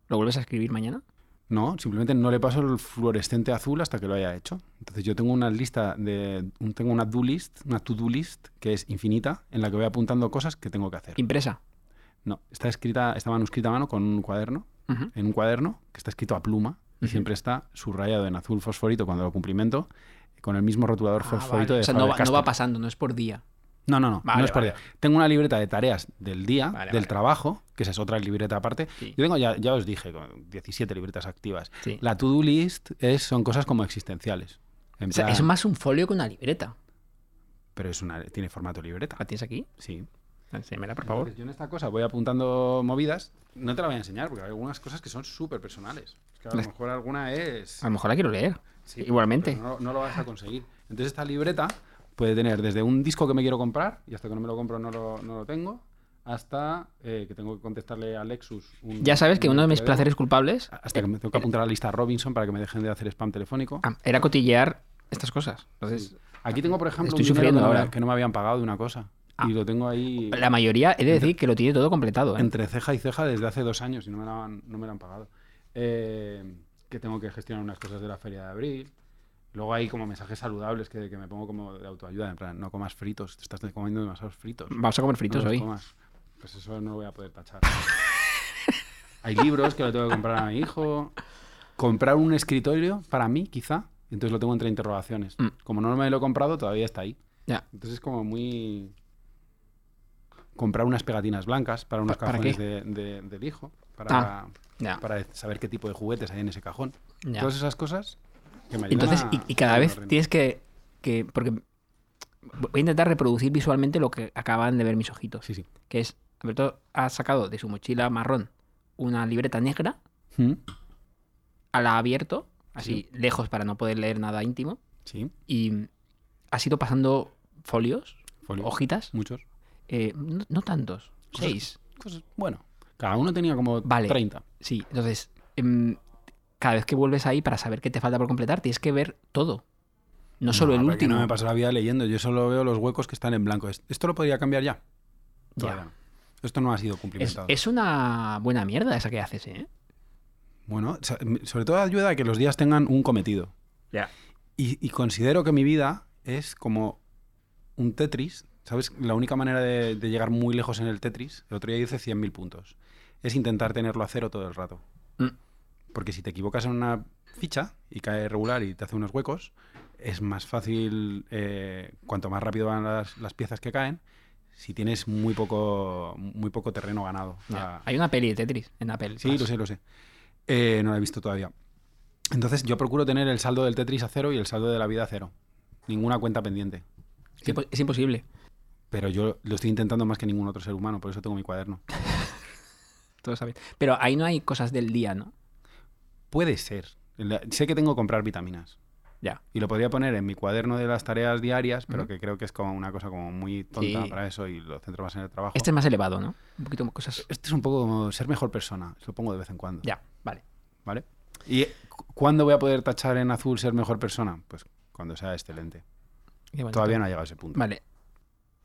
B: ¿Lo vuelves a escribir mañana?
A: No, simplemente no le paso el fluorescente azul hasta que lo haya hecho. Entonces yo tengo una lista de. un- tengo una do list, una to-do list, que es infinita, en la que voy apuntando cosas que tengo que hacer.
B: Impresa.
A: No, está escrita, está manuscrita a mano con un cuaderno,
B: Ujú.
A: en un cuaderno que está escrito a pluma y
B: Ujú.
A: siempre está subrayado en azul fosforito cuando lo cumplimento, con el mismo rotulador
B: Ah,
A: fosforito
B: vale.
A: de
B: O sea, no va, no
A: Faber-Castell.
B: va pasando, no es por día.
A: No, no, no.
B: Vale,
A: no es por
B: vale,
A: día. Tengo una libreta de tareas del día,
B: Vale,
A: del
B: vale.
A: trabajo, que esa es otra libreta aparte.
B: Sí.
A: Yo tengo, ya, ya os dije, como 17 libretas activas.
B: Sí.
A: La to-do list es, son cosas como existenciales. En
B: O sea,
A: plan-
B: es más un folio que una libreta.
A: Pero es una, tiene formato libreta.
B: ¿La tienes aquí?
A: Sí.
B: Enséñamela, por
A: Ah. Entonces,
B: favor.
A: Yo en esta cosa voy apuntando movidas. No te la voy a enseñar porque hay algunas cosas que son súper personales. Es que a lo
B: Las-
A: mejor alguna es...
B: A lo mejor la quiero leer.
A: Sí,
B: Igualmente.
A: pero No, no lo vas a conseguir. Entonces esta libreta puede tener desde un disco que me quiero comprar, y hasta que no me lo compro no lo, no lo tengo, hasta eh, que tengo que contestarle a Lexus. un-
B: Ya sabes que
A: un
B: uno de mis
A: correo.
B: placeres culpables
A: Hasta que me tengo que apuntar a la lista Robinson para que me dejen de hacer spam telefónico.
B: ah, era cotillear estas cosas. Entonces,
A: Aquí tengo, por ejemplo,
B: Estoy
A: un dinero
B: sufriendo
A: que no me-
B: ahora.
A: que no me habían pagado de una cosa.
B: Ah.
A: Y lo tengo ahí
B: la mayoría, he de decir que lo tiene todo completado. ¿eh?
A: entre ceja y ceja desde hace dos años y no me la han, no me la han pagado. Eh, que tengo que gestionar unas cosas de la feria de abril. Luego hay como mensajes saludables que, que me pongo como de autoayuda, en plan, no comas fritos, te estás comiendo demasiados fritos. no
B: Vamos a comer Mm, fritos
A: los
B: hoy.
A: comas. Pues eso no lo voy a poder tachar. hay libros que le tengo que comprar a mi hijo. Comprar un escritorio para mí, quizá. Entonces lo tengo entre interrogaciones.
B: Mm.
A: Como no me lo he comprado, todavía está ahí.
B: Ya.
A: Entonces es como muy... Comprar unas pegatinas blancas para unos
B: ¿Pa- para
A: cajones
B: qué?
A: de- de- del hijo, para,
B: Ya.
A: para saber qué tipo de juguetes hay en ese cajón.
B: Ya.
A: Todas esas cosas que me ayudan
B: Entonces,
A: a-
B: y, y cada
A: a
B: vez
A: ordenar.
B: tienes que, que- Porque voy a intentar reproducir visualmente lo que acaban de ver mis ojitos.
A: Sí, sí.
B: Que es, Alberto ha sacado de su mochila marrón una libreta negra, a la ha abierto, así lejos para no poder leer nada íntimo,
A: Sí,
B: y ha ido pasando folios,
A: folio.
B: hojitas,
A: Muchos.
B: eh, no, no tantos,
A: Cosas-
B: seis.
A: Cosas- bueno, cada uno tenía como
B: Vale.
A: 30.
B: Sí, entonces, em, cada vez que vuelves ahí para saber qué te falta por completar, tienes que ver todo. No solo el
A: porque
B: último.
A: No me paso la vida leyendo, yo solo veo los huecos que están en blanco. Es- Esto lo podría cambiar ya. Todavía no. Esto no ha sido
B: es,
A: cumplimentado.
B: es una buena mierda esa que haces, ¿eh?
A: Bueno, so- sobre todo ayuda a que los días tengan un cometido.
B: Ya.
A: Y, y considero que mi vida es como un Tetris. ¿Sabes? La única manera de, de llegar muy lejos en el Tetris, el otro día hice 100.000 puntos, es intentar tenerlo a cero todo el rato.
B: Mm.
A: Porque si te equivocas en una ficha y cae regular y te hace unos huecos, es más fácil, eh, cuanto más rápido van las, las piezas que caen, si tienes muy poco, muy poco terreno ganado.
B: Ya.
A: a-
B: Hay una peli de Tetris en Apple. Ah,
A: Sí, lo sé, lo sé. Eh, no la he visto todavía. Entonces, yo procuro tener el saldo del Tetris a cero y el saldo de la vida a cero. Ninguna cuenta pendiente.
B: Es, impo- es imposible.
A: Pero yo lo estoy intentando más que ningún otro ser humano, por eso tengo mi cuaderno.
B: Todos saben. Pero ahí no hay cosas del día, ¿no?
A: Puede ser. La- Sé que tengo que comprar vitaminas.
B: Ya.
A: Y lo podría poner en mi cuaderno de las tareas diarias, pero
B: Ujú.
A: que creo que es como una cosa como muy tonta
B: Sí.
A: para eso y lo centro más en el trabajo.
B: Este es más elevado, ¿no? Un poquito más cosas.
A: Este es un poco como ser mejor persona. Lo pongo de vez en cuando.
B: Ya, vale.
A: ¿Vale? ¿Y cu- cuándo voy a poder tachar en azul ser mejor persona? Pues cuando sea excelente.
B: Qué bonito.
A: Todavía no ha llegado a ese punto.
B: Vale.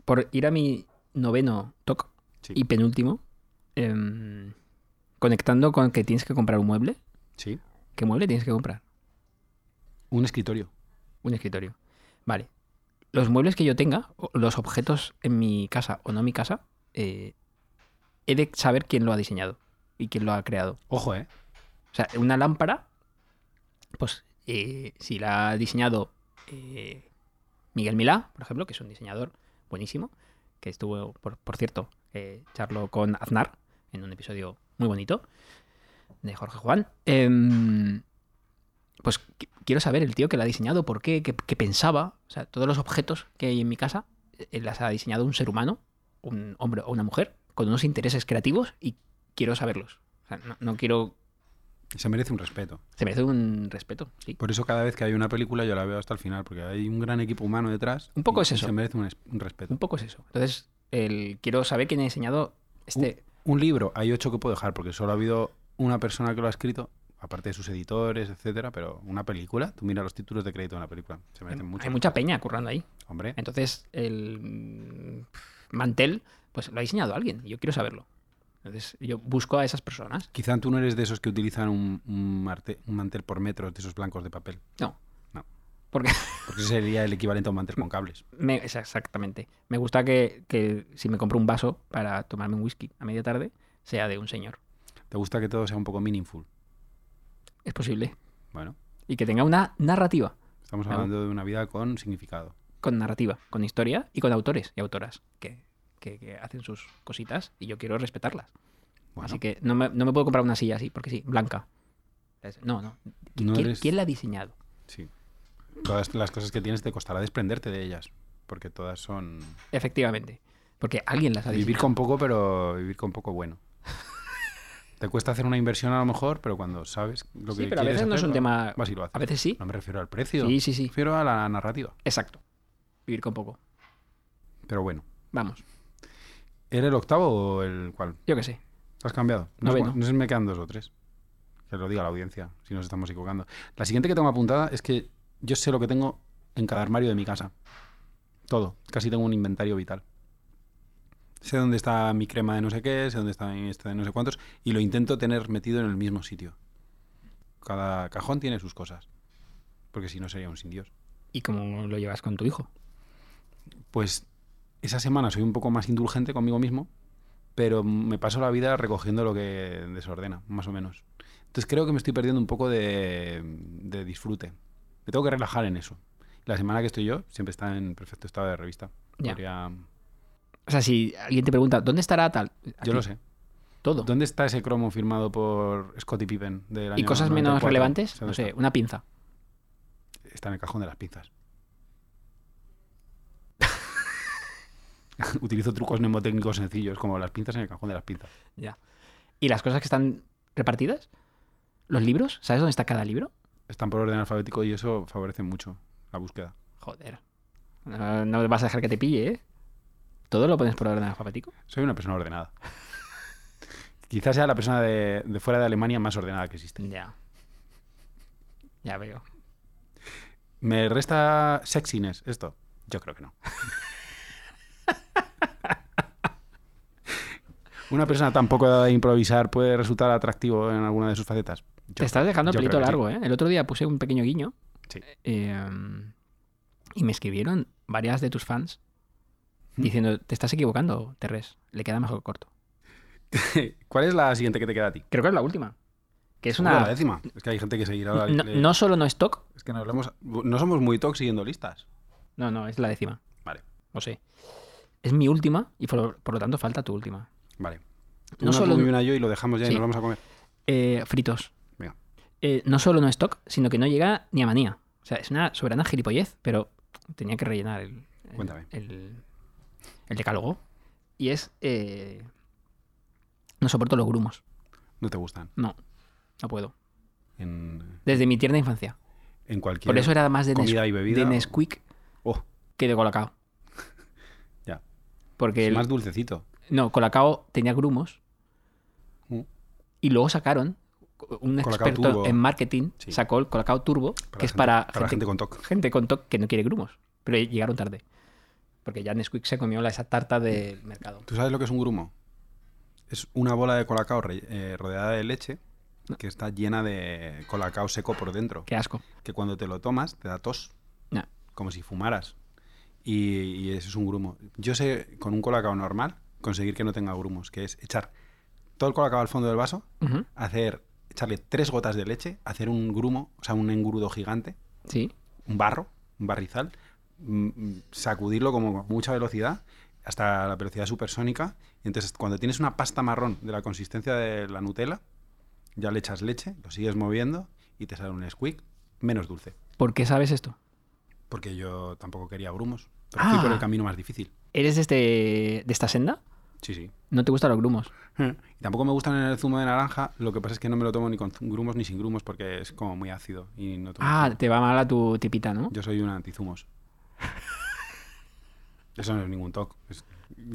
B: Por ir a mi noveno toc
A: Sí.
B: y penúltimo, em, conectando con que tienes que comprar un mueble.
A: Sí.
B: ¿Qué mueble tienes que comprar?
A: Un escritorio.
B: Un escritorio. Vale. Los muebles que yo tenga, o los objetos en mi casa o no mi casa, eh, he de saber quién lo ha diseñado y quién lo ha creado.
A: Ojo, ¿eh?
B: O sea, una lámpara, pues eh, si la ha diseñado eh, Miguel Milá, por ejemplo, que es un diseñador buenísimo, que estuvo, por, por cierto, eh, charló con Aznar en un episodio muy bonito de Jorge Juan. em, pues qui- quiero saber el tío que la ha diseñado, por qué, qué, qué pensaba. O sea, todos los objetos que hay en mi casa eh, las ha diseñado un ser humano, un hombre o una mujer, con unos intereses creativos y quiero saberlos. O sea, no- no quiero
A: Se merece un respeto.
B: se merece un respeto, sí.
A: Por eso cada vez que hay una película yo la veo hasta el final, porque hay un gran equipo humano detrás.
B: Un poco
A: y-
B: es
A: y
B: eso.
A: Se merece un, es- un respeto.
B: Un poco es eso. Entonces, el, quiero saber quién ha diseñado este.
A: Un libro, hay ocho que puedo dejar, porque solo ha habido una persona que lo ha escrito, aparte de sus editores, etcétera, pero una película, tú mira los títulos de crédito en la película. Se merecen mucho.
B: Hay mucha peña currando ahí.
A: Hombre,
B: Entonces, el mm, mantel, pues lo ha diseñado alguien. y Yo quiero saberlo. Entonces, yo busco a esas personas.
A: quizá tú no eres de esos que utilizan un, un marte- un mantel por metros de esos blancos de papel.
B: No.
A: No.
B: Porque
A: Porque ese sería el equivalente a un mantel con cables.
B: me- es exactamente. Me gusta que, que si me compro un vaso para tomarme un whisky a media tarde, sea de un señor.
A: ¿Te gusta que todo sea un poco meaningful?
B: Es posible.
A: Bueno,
B: Y que tenga una narrativa.
A: estamos
B: Me
A: hablando de una vida con significado.
B: con narrativa, con historia y con autores y autoras que, que- que hacen sus cositas y yo quiero respetarlas.
A: Bueno.
B: Así que no me, no me puedo comprar una silla así, porque sí, blanca. Es- No, no.
A: No
B: ¿Quién,
A: eres-
B: quién la ha diseñado?
A: Sí. Todas las cosas que tienes te costará desprenderte de ellas, porque todas son...
B: Efectivamente. Porque alguien las ha
A: Vivir
B: diseñado.
A: con poco, pero vivir con poco bueno. te cuesta hacer una inversión a lo mejor, pero cuando sabes lo que
B: Sí, pero a
A: quieres
B: veces no es
A: hacer,
B: un tema.
A: vas y lo haces.
B: A veces sí.
A: No me refiero al precio,
B: Sí, sí, sí.
A: me refiero a la narrativa.
B: Exacto. Vivir con poco.
A: Pero bueno.
B: Vamos.
A: ¿Era el octavo o el cual?
B: Yo qué sé.
A: ¿Te has cambiado? No, sé
B: Noveno.
A: cu- no sé si me quedan dos o tres. Que lo diga la audiencia, si nos estamos equivocando. La siguiente que tengo apuntada es que yo sé lo que tengo en cada armario de mi casa. Todo. Casi tengo un inventario vital. Sé dónde está mi crema de no sé qué, sé dónde está mi este de no sé cuántos, y lo intento tener metido en el mismo sitio. Cada cajón tiene sus cosas. Porque si no sería un sin Dios.
B: ¿Y cómo lo llevas con tu hijo?
A: pues esa semana soy un poco más indulgente conmigo mismo, pero me paso la vida recogiendo lo que desordena, más o menos. Entonces creo que me estoy perdiendo un poco de, de disfrute. Me tengo que relajar en eso. La semana que estoy yo siempre está en perfecto estado de revista.
B: Ya.
A: Podría-
B: O sea, si alguien te pregunta, ¿dónde estará tal? A
A: yo
B: ti,
A: lo sé.
B: Todo.
A: ¿Dónde está ese cromo firmado por Scottie Pippen del
B: ¿Y
A: año
B: cosas menos
A: 94?
B: relevantes?
A: ¿Sabes
B: No sé,
A: dónde
B: una pinza.
A: Está Está en el cajón de las pizzas. Utilizo trucos mnemotécnicos sencillos, como las pinzas en el cajón de las pinzas.
B: Ya. ¿Y las cosas que están repartidas? ¿Los libros? ¿Sabes dónde está cada libro?
A: están por orden alfabético y eso favorece mucho la búsqueda.
B: Joder. No, no vas a dejar que te pille, ¿eh? ¿Todo lo pones por orden alfabético?
A: Soy una persona ordenada. Quizás sea la persona de, de fuera de Alemania más ordenada que existe.
B: Ya. Ya veo.
A: ¿Me resta sexiness esto? Yo creo que no. ¿Una persona tan poco dada a improvisar puede resultar atractivo en alguna de sus facetas? Yo
B: te estás dejando el
A: yo
B: pelito
A: creo que sí.
B: largo, ¿eh? El otro día puse un pequeño guiño.
A: Sí.
B: eh, y me escribieron varias de tus fans
A: Hmm.
B: diciendo, te estás equivocando, Terres. Le queda mejor corto.
A: creo. ¿Cuál es la siguiente que te queda a ti?
B: Creo que es la última. Que es
A: Seguro
B: una...
A: La décima. Es que hay gente que seguirá. la-
B: No,
A: le-
B: no solo no es TOC.
A: Es que no, hablamos, no somos muy tox siguiendo listas.
B: No, no, es la décima.
A: Vale,
B: No sé. Es mi última y por, por lo tanto falta tu última.
A: vale.
B: No
A: una
B: solo-
A: tú y una yo y lo dejamos ya
B: Sí.
A: y nos vamos a comer.
B: Eh, fritos.
A: Venga.
B: Eh, no solo no es TOC, sino que no llega ni a manía. O sea, es una soberana gilipollez, pero tenía que rellenar el, el-
A: Cuéntame.
B: el- el decálogo. Y es... eh, no soporto los grumos.
A: No te gustan.
B: No, no puedo.
A: En,
B: Desde mi tierna infancia.
A: en cualquier.
B: Por eso era más de,
A: comida
B: Nes-
A: y bebida
B: de
A: o-
B: Nesquik
A: Oh,
B: que de Colacao.
A: ya.
B: Porque
A: Es
B: el-
A: más dulcecito.
B: No, Colacao tenía grumos
A: Mm.
B: y luego sacaron un
A: Colacao
B: experto
A: Turbo.
B: en marketing
A: Sí.
B: sacó el Colacao Turbo, que
A: la
B: es
A: gente-
B: para,
A: la gente con TOC.
B: gente con TOC que no quiere grumos, pero llegaron tarde. Porque ya Nesquik se comió la- esa tarta del mercado.
A: ¿Tú sabes lo que es un grumo? Es una bola de colacao re- eh, rodeada de leche que está llena de colacao seco por dentro.
B: Qué asco.
A: Que cuando te lo tomas te da tos,
B: No,
A: como si fumaras. Y, y eso es un grumo. Yo sé con un colacao normal conseguir que no tenga grumos, que es echar todo el colacao al fondo del vaso,
B: Ujú.
A: hacer echarle tres gotas de leche, hacer un grumo, o sea, un engrudo gigante
B: Sí.
A: un barro, un barrizal, mm, mm, sacudirlo como con mucha velocidad hasta la velocidad supersónica. Y entonces, cuando tienes una pasta marrón de la consistencia de la Nutella, ya le echas leche, lo sigues moviendo y te sale un squeak menos dulce.
B: ¿Por qué sabes esto?
A: Porque yo tampoco quería grumos, pero fui
B: Ah.
A: por el camino más difícil.
B: ¿Eres de, este- de esta senda?
A: Sí, sí.
B: ¿No te gustan los grumos?
A: Y tampoco me gustan en el zumo de naranja, lo que pasa es que no me lo tomo ni con zum- grumos ni sin grumos porque es como muy ácido y no tomo
B: Ah, te va mal a tu tipita, ¿no?
A: Yo soy un antizumos. Eso no es ningún toque.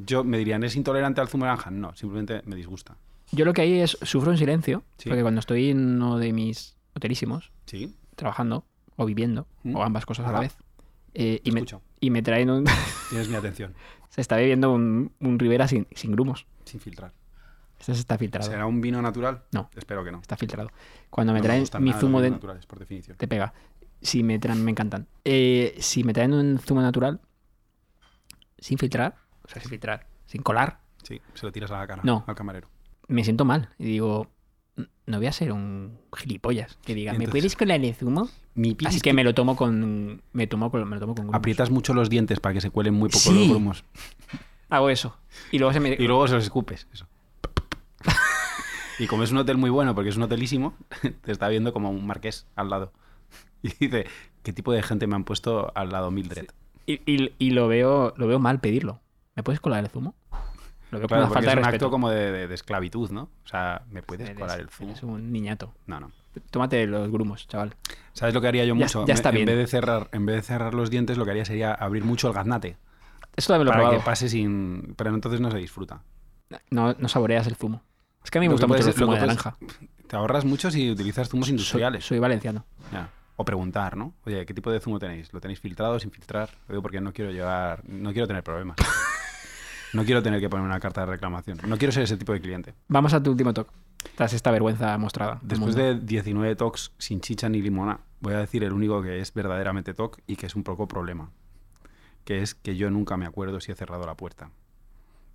A: Yo me dirían, ¿es intolerante al zumo de naranja? No, simplemente me disgusta.
B: Yo lo que hay es sufro en silencio,
A: Sí.
B: porque cuando estoy en uno de mis hotelísimos,
A: ¿Sí?
B: trabajando o viviendo,
A: Mm.
B: o ambas cosas a la
A: Ajá.
B: vez. eh, y, me,
A: Escucho.
B: y me traen un.
A: Tienes mi atención.
B: se está bebiendo un, un Rivera sin, sin grumos.
A: Sin filtrar.
B: Este se está filtrado.
A: ¿Será un vino natural?
B: No.
A: Espero que no.
B: Está filtrado. Cuando me
A: No
B: traen
A: gustan
B: mi
A: nada los
B: zumo
A: vinos
B: de.
A: naturales, por definición.
B: Te pega. Si me traen, me encantan. Eh, si me traen un zumo natural sin filtrar, o sea, sin filtrar, sin colar,
A: Sí, se lo tiras a la cara
B: No.
A: al camarero.
B: me siento mal. Y digo, "N- no voy a ser un gilipollas que diga, ¿me
A: Entonces-
B: puedes colar el zumo?
A: Mi
B: Así que me lo tomo con. Me, tomo con, me lo tomo con grumos.
A: Aprietas mucho los dientes para que se cuelen muy poco
B: Sí.
A: los grumos.
B: Hago eso. Y luego se me.
A: Y luego se los escupes. Eso. y como es un hotel muy bueno, porque es un hotelísimo, te está viendo como un marqués al lado. Y dice, ¿qué tipo de gente me han puesto al lado Mildred?
B: Y, y- y lo, veo, lo veo mal pedirlo. ¿¿Me puedes colar el zumo? Lo veo como
A: Claro,
B: una
A: porque
B: falta de
A: es un
B: respeto.
A: acto como de, de- de esclavitud, ¿no? O sea, ¿me puedes
B: Eres-
A: colar el zumo?
B: eres un niñato.
A: No, no.
B: Tómate los grumos, chaval.
A: ¿Sabes lo que haría yo
B: Ya-
A: mucho?
B: ya está
A: en
B: bien.
A: Vez de cerrar, en vez de cerrar los dientes, lo que haría sería abrir mucho el gaznate.
B: Esto también lo he
A: para
B: probado.
A: que pase sin... Pero entonces no se disfruta.
B: No, no saboreas el zumo. Es que a mí me
A: Lo
B: gusta
A: que
B: mucho
A: puedes-
B: el zumo
A: lo
B: de
A: que puedes-
B: naranja.
A: Te ahorras mucho si utilizas zumos
B: Soy,
A: industriales.
B: soy valenciano.
A: Ya. O preguntar, ¿no? Oye, ¿qué tipo de zumo tenéis? ¿Lo tenéis filtrado, sin filtrar? Lo digo porque no quiero llevar... No quiero tener problemas. No quiero tener que poner una carta de reclamación. No quiero ser ese tipo de cliente.
B: Vamos a tu último toque. Tras esta vergüenza mostrada. al
A: Después
B: mundo.
A: de 19 tocs sin chicha ni limona, voy a decir el único que es verdaderamente toc y que es un poco problema. Que es que yo nunca me acuerdo si he cerrado la puerta.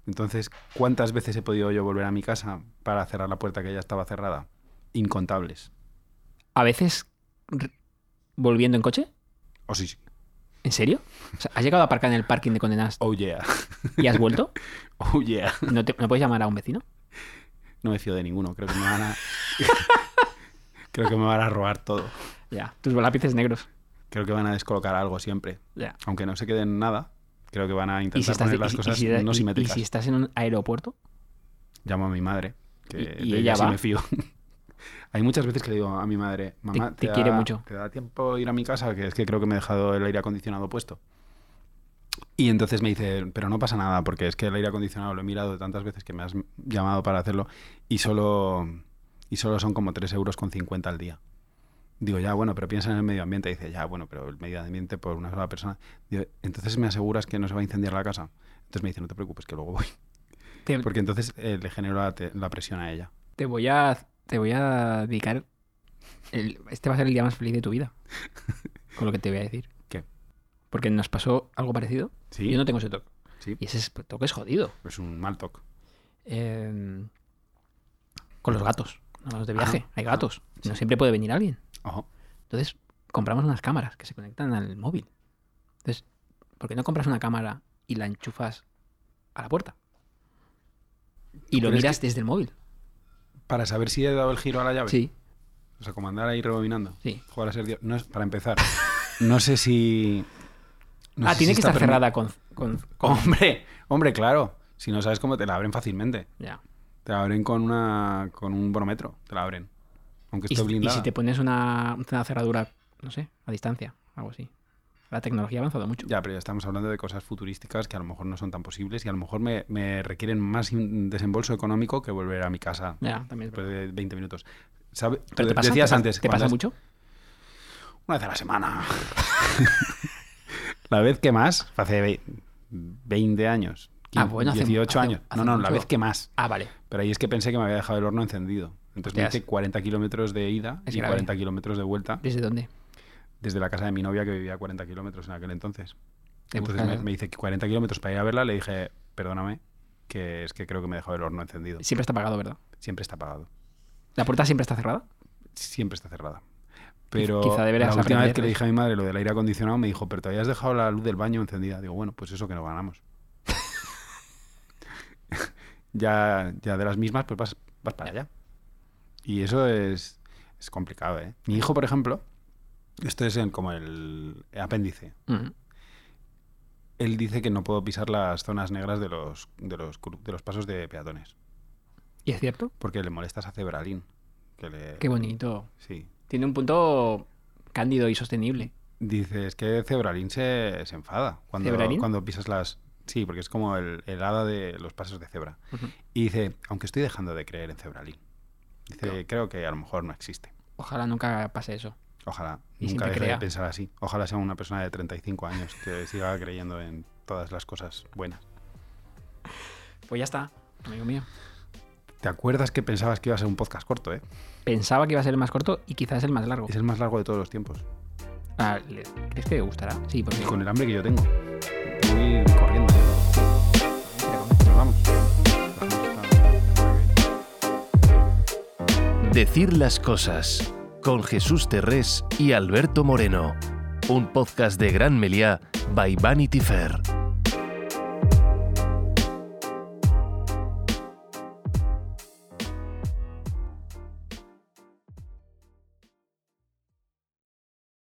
A: Entonces, ¿cuántas veces he podido yo volver a mi casa para cerrar la puerta que ya estaba cerrada? Incontables.
B: A veces, r- volviendo en coche.
A: Oh, sí, sí.
B: ¿En serio? O sea, ¿Has llegado a aparcar en el parking de condenas
A: Oh, yeah.
B: y has vuelto?
A: Oh, yeah.
B: ¿No, te- no puedes llamar a un vecino?
A: No me fío de ninguno. Creo que me van a... Creo que me van a robar todo.
B: Ya. Tus lápices negros.
A: Creo que van a descolocar algo siempre.
B: Ya.
A: Aunque no se queden nada, creo que van a
B: Y si
A: intentar
B: estás,
A: poner
B: y
A: las
B: si- y
A: cosas
B: si-
A: no
B: y-
A: simétricas.
B: y si estás en un aeropuerto,
A: llamo a mi madre, que
B: Y- y
A: de
B: ella
A: sí
B: va.
A: me fío. Hay muchas veces que le digo a mi madre, mamá,
B: Te- te quiere
A: da-
B: mucho".
A: ¿Te da tiempo ir a mi casa? Que es que creo que me he dejado el aire acondicionado puesto. Y entonces me dice, pero no pasa nada, porque es que el aire acondicionado lo he mirado tantas veces que me has llamado para hacerlo y solo, y solo son como 3 euros con 50 al día. Digo, ya, bueno, pero piensa en el medio ambiente. Dice, ya, bueno, pero el medio ambiente por una sola persona. Digo, entonces me aseguras que no se va a incendiar la casa. Entonces me dice, no te preocupes, que luego voy.
B: te,
A: Porque entonces eh, le genero la, te- la presión a ella.
B: te voy a te voy a dedicar el- este va a ser el día más feliz de tu vida con lo que te voy a decir
A: ¿Qué?
B: porque nos pasó algo parecido
A: Sí,
B: yo no tengo ese toque
A: sí.
B: y ese es- pues, toque es jodido
A: Es un mal toque.
B: Eh, con los gatos cuando vamos de
A: Ah,
B: viaje hay
A: ah,
B: gatos
A: sí.
B: no siempre puede venir alguien
A: Ojo.
B: entonces compramos unas cámaras que se conectan al móvil entonces ¿por qué no compras una cámara y la enchufas a la puerta? y
A: ¿Tú
B: lo
A: crees
B: miras desde el móvil
A: Para saber si he dado el giro a la llave.
B: sí
A: O sea, como andar ahí rebobinando.
B: sí
A: Jugar a ser Dios. No es- para empezar, no sé si. no
B: ah
A: sé
B: tiene
A: si
B: que
A: está
B: estar
A: permi-
B: cerrada con, con- con-
A: Hombre, hombre, claro. Si no sabes cómo, te la abren fácilmente.
B: Ya.
A: Te la abren con una con un borómetro. Te la abren. Aunque
B: Y,
A: esté
B: si- y
A: blindada.
B: si te pones una, una cerradura, no sé, a distancia, algo así. La tecnología ha avanzado mucho.
A: Ya, pero ya estamos hablando de cosas futurísticas que a lo mejor no son tan posibles y a lo mejor me, me requieren más in- desembolso económico que volver a mi casa
B: Ya, también es
A: después
B: verdad.
A: de 20 minutos. ¿Sabe- tú
B: ¿Pero te pasa?
A: decías
B: ¿Te pasa-
A: antes,
B: ¿Te
A: cuando
B: pasa
A: has-
B: mucho?
A: Una vez a la semana. la vez que más, fue hace ve- 20 años.
B: Ah, bueno, hace-
A: 18
B: hace-
A: años.
B: hace
A: no, no, la
B: mucho.
A: vez que más.
B: Ah, vale.
A: Pero ahí es que pensé que me había dejado el horno encendido. Entonces me
B: Hostias.
A: hice 40 kilómetros de ida
B: Es
A: y
B: grave.
A: 40 kilómetros de vuelta
B: ¿Desde dónde?
A: desde la casa de mi novia que vivía a 40 kilómetros en aquel entonces.
B: Te
A: Entonces me,
B: buscas-
A: me hice 40 kilómetros para ir a verla. Le dije, perdóname, que es que creo que me he dejado el horno encendido.
B: Siempre está apagado, ¿verdad?
A: Siempre está apagado.
B: ¿La puerta siempre está cerrada?
A: siempre está cerrada. Pero
B: quizá deberías
A: la última vez
B: aprender
A: que le
B: de
A: dije a mi madre lo del aire acondicionado me dijo, pero te habías dejado la luz del baño encendida. Digo, bueno, pues eso que no ganamos. ya, ya de las mismas, pues vas, vas para allá. Y eso es, es complicado, ¿eh? Mi hijo, por ejemplo, esto es en- como el apéndice.
B: Mm.
A: Él dice que no puedo pisar las zonas negras de los, de los, cru- de los pasos de peatones,
B: ¿Y es cierto?
A: porque le molestas a Cebralín. Que le,
B: Qué bonito.
A: Sí,
B: Tiene un punto cándido y sostenible.
A: Dice, es que Cebralín se, se enfada cuando,
B: ¿Cebralín?
A: cuando pisas las... Sí, porque es como el, el hada de los pasos de cebra.
B: Ujú.
A: Y dice, aunque estoy dejando de creer en Cebralín. Dice, creo que a lo mejor no existe.
B: Ojalá nunca pase eso.
A: Ojalá
B: Y
A: nunca
B: siempre
A: deje de
B: crea.
A: pensar así. Ojalá sea una persona de 35 años que siga creyendo en todas las cosas buenas.
B: Pues ya está, amigo mío.
A: ¿Te acuerdas que pensabas que iba a ser un podcast corto, eh?
B: Pensaba que iba a ser el más corto y quizás el más largo.
A: Es el más largo de todos los tiempos.
B: Ah, ¿le- ¿Crees que le gustará? Sí, porque...
A: Y con el hambre que yo tengo. Voy corriendo. Nos vamos. Nos vamos hasta-
C: Decir las cosas con Jesús Terrés y Alberto Moreno, un podcast de Gran Meliá by Vanity Fair.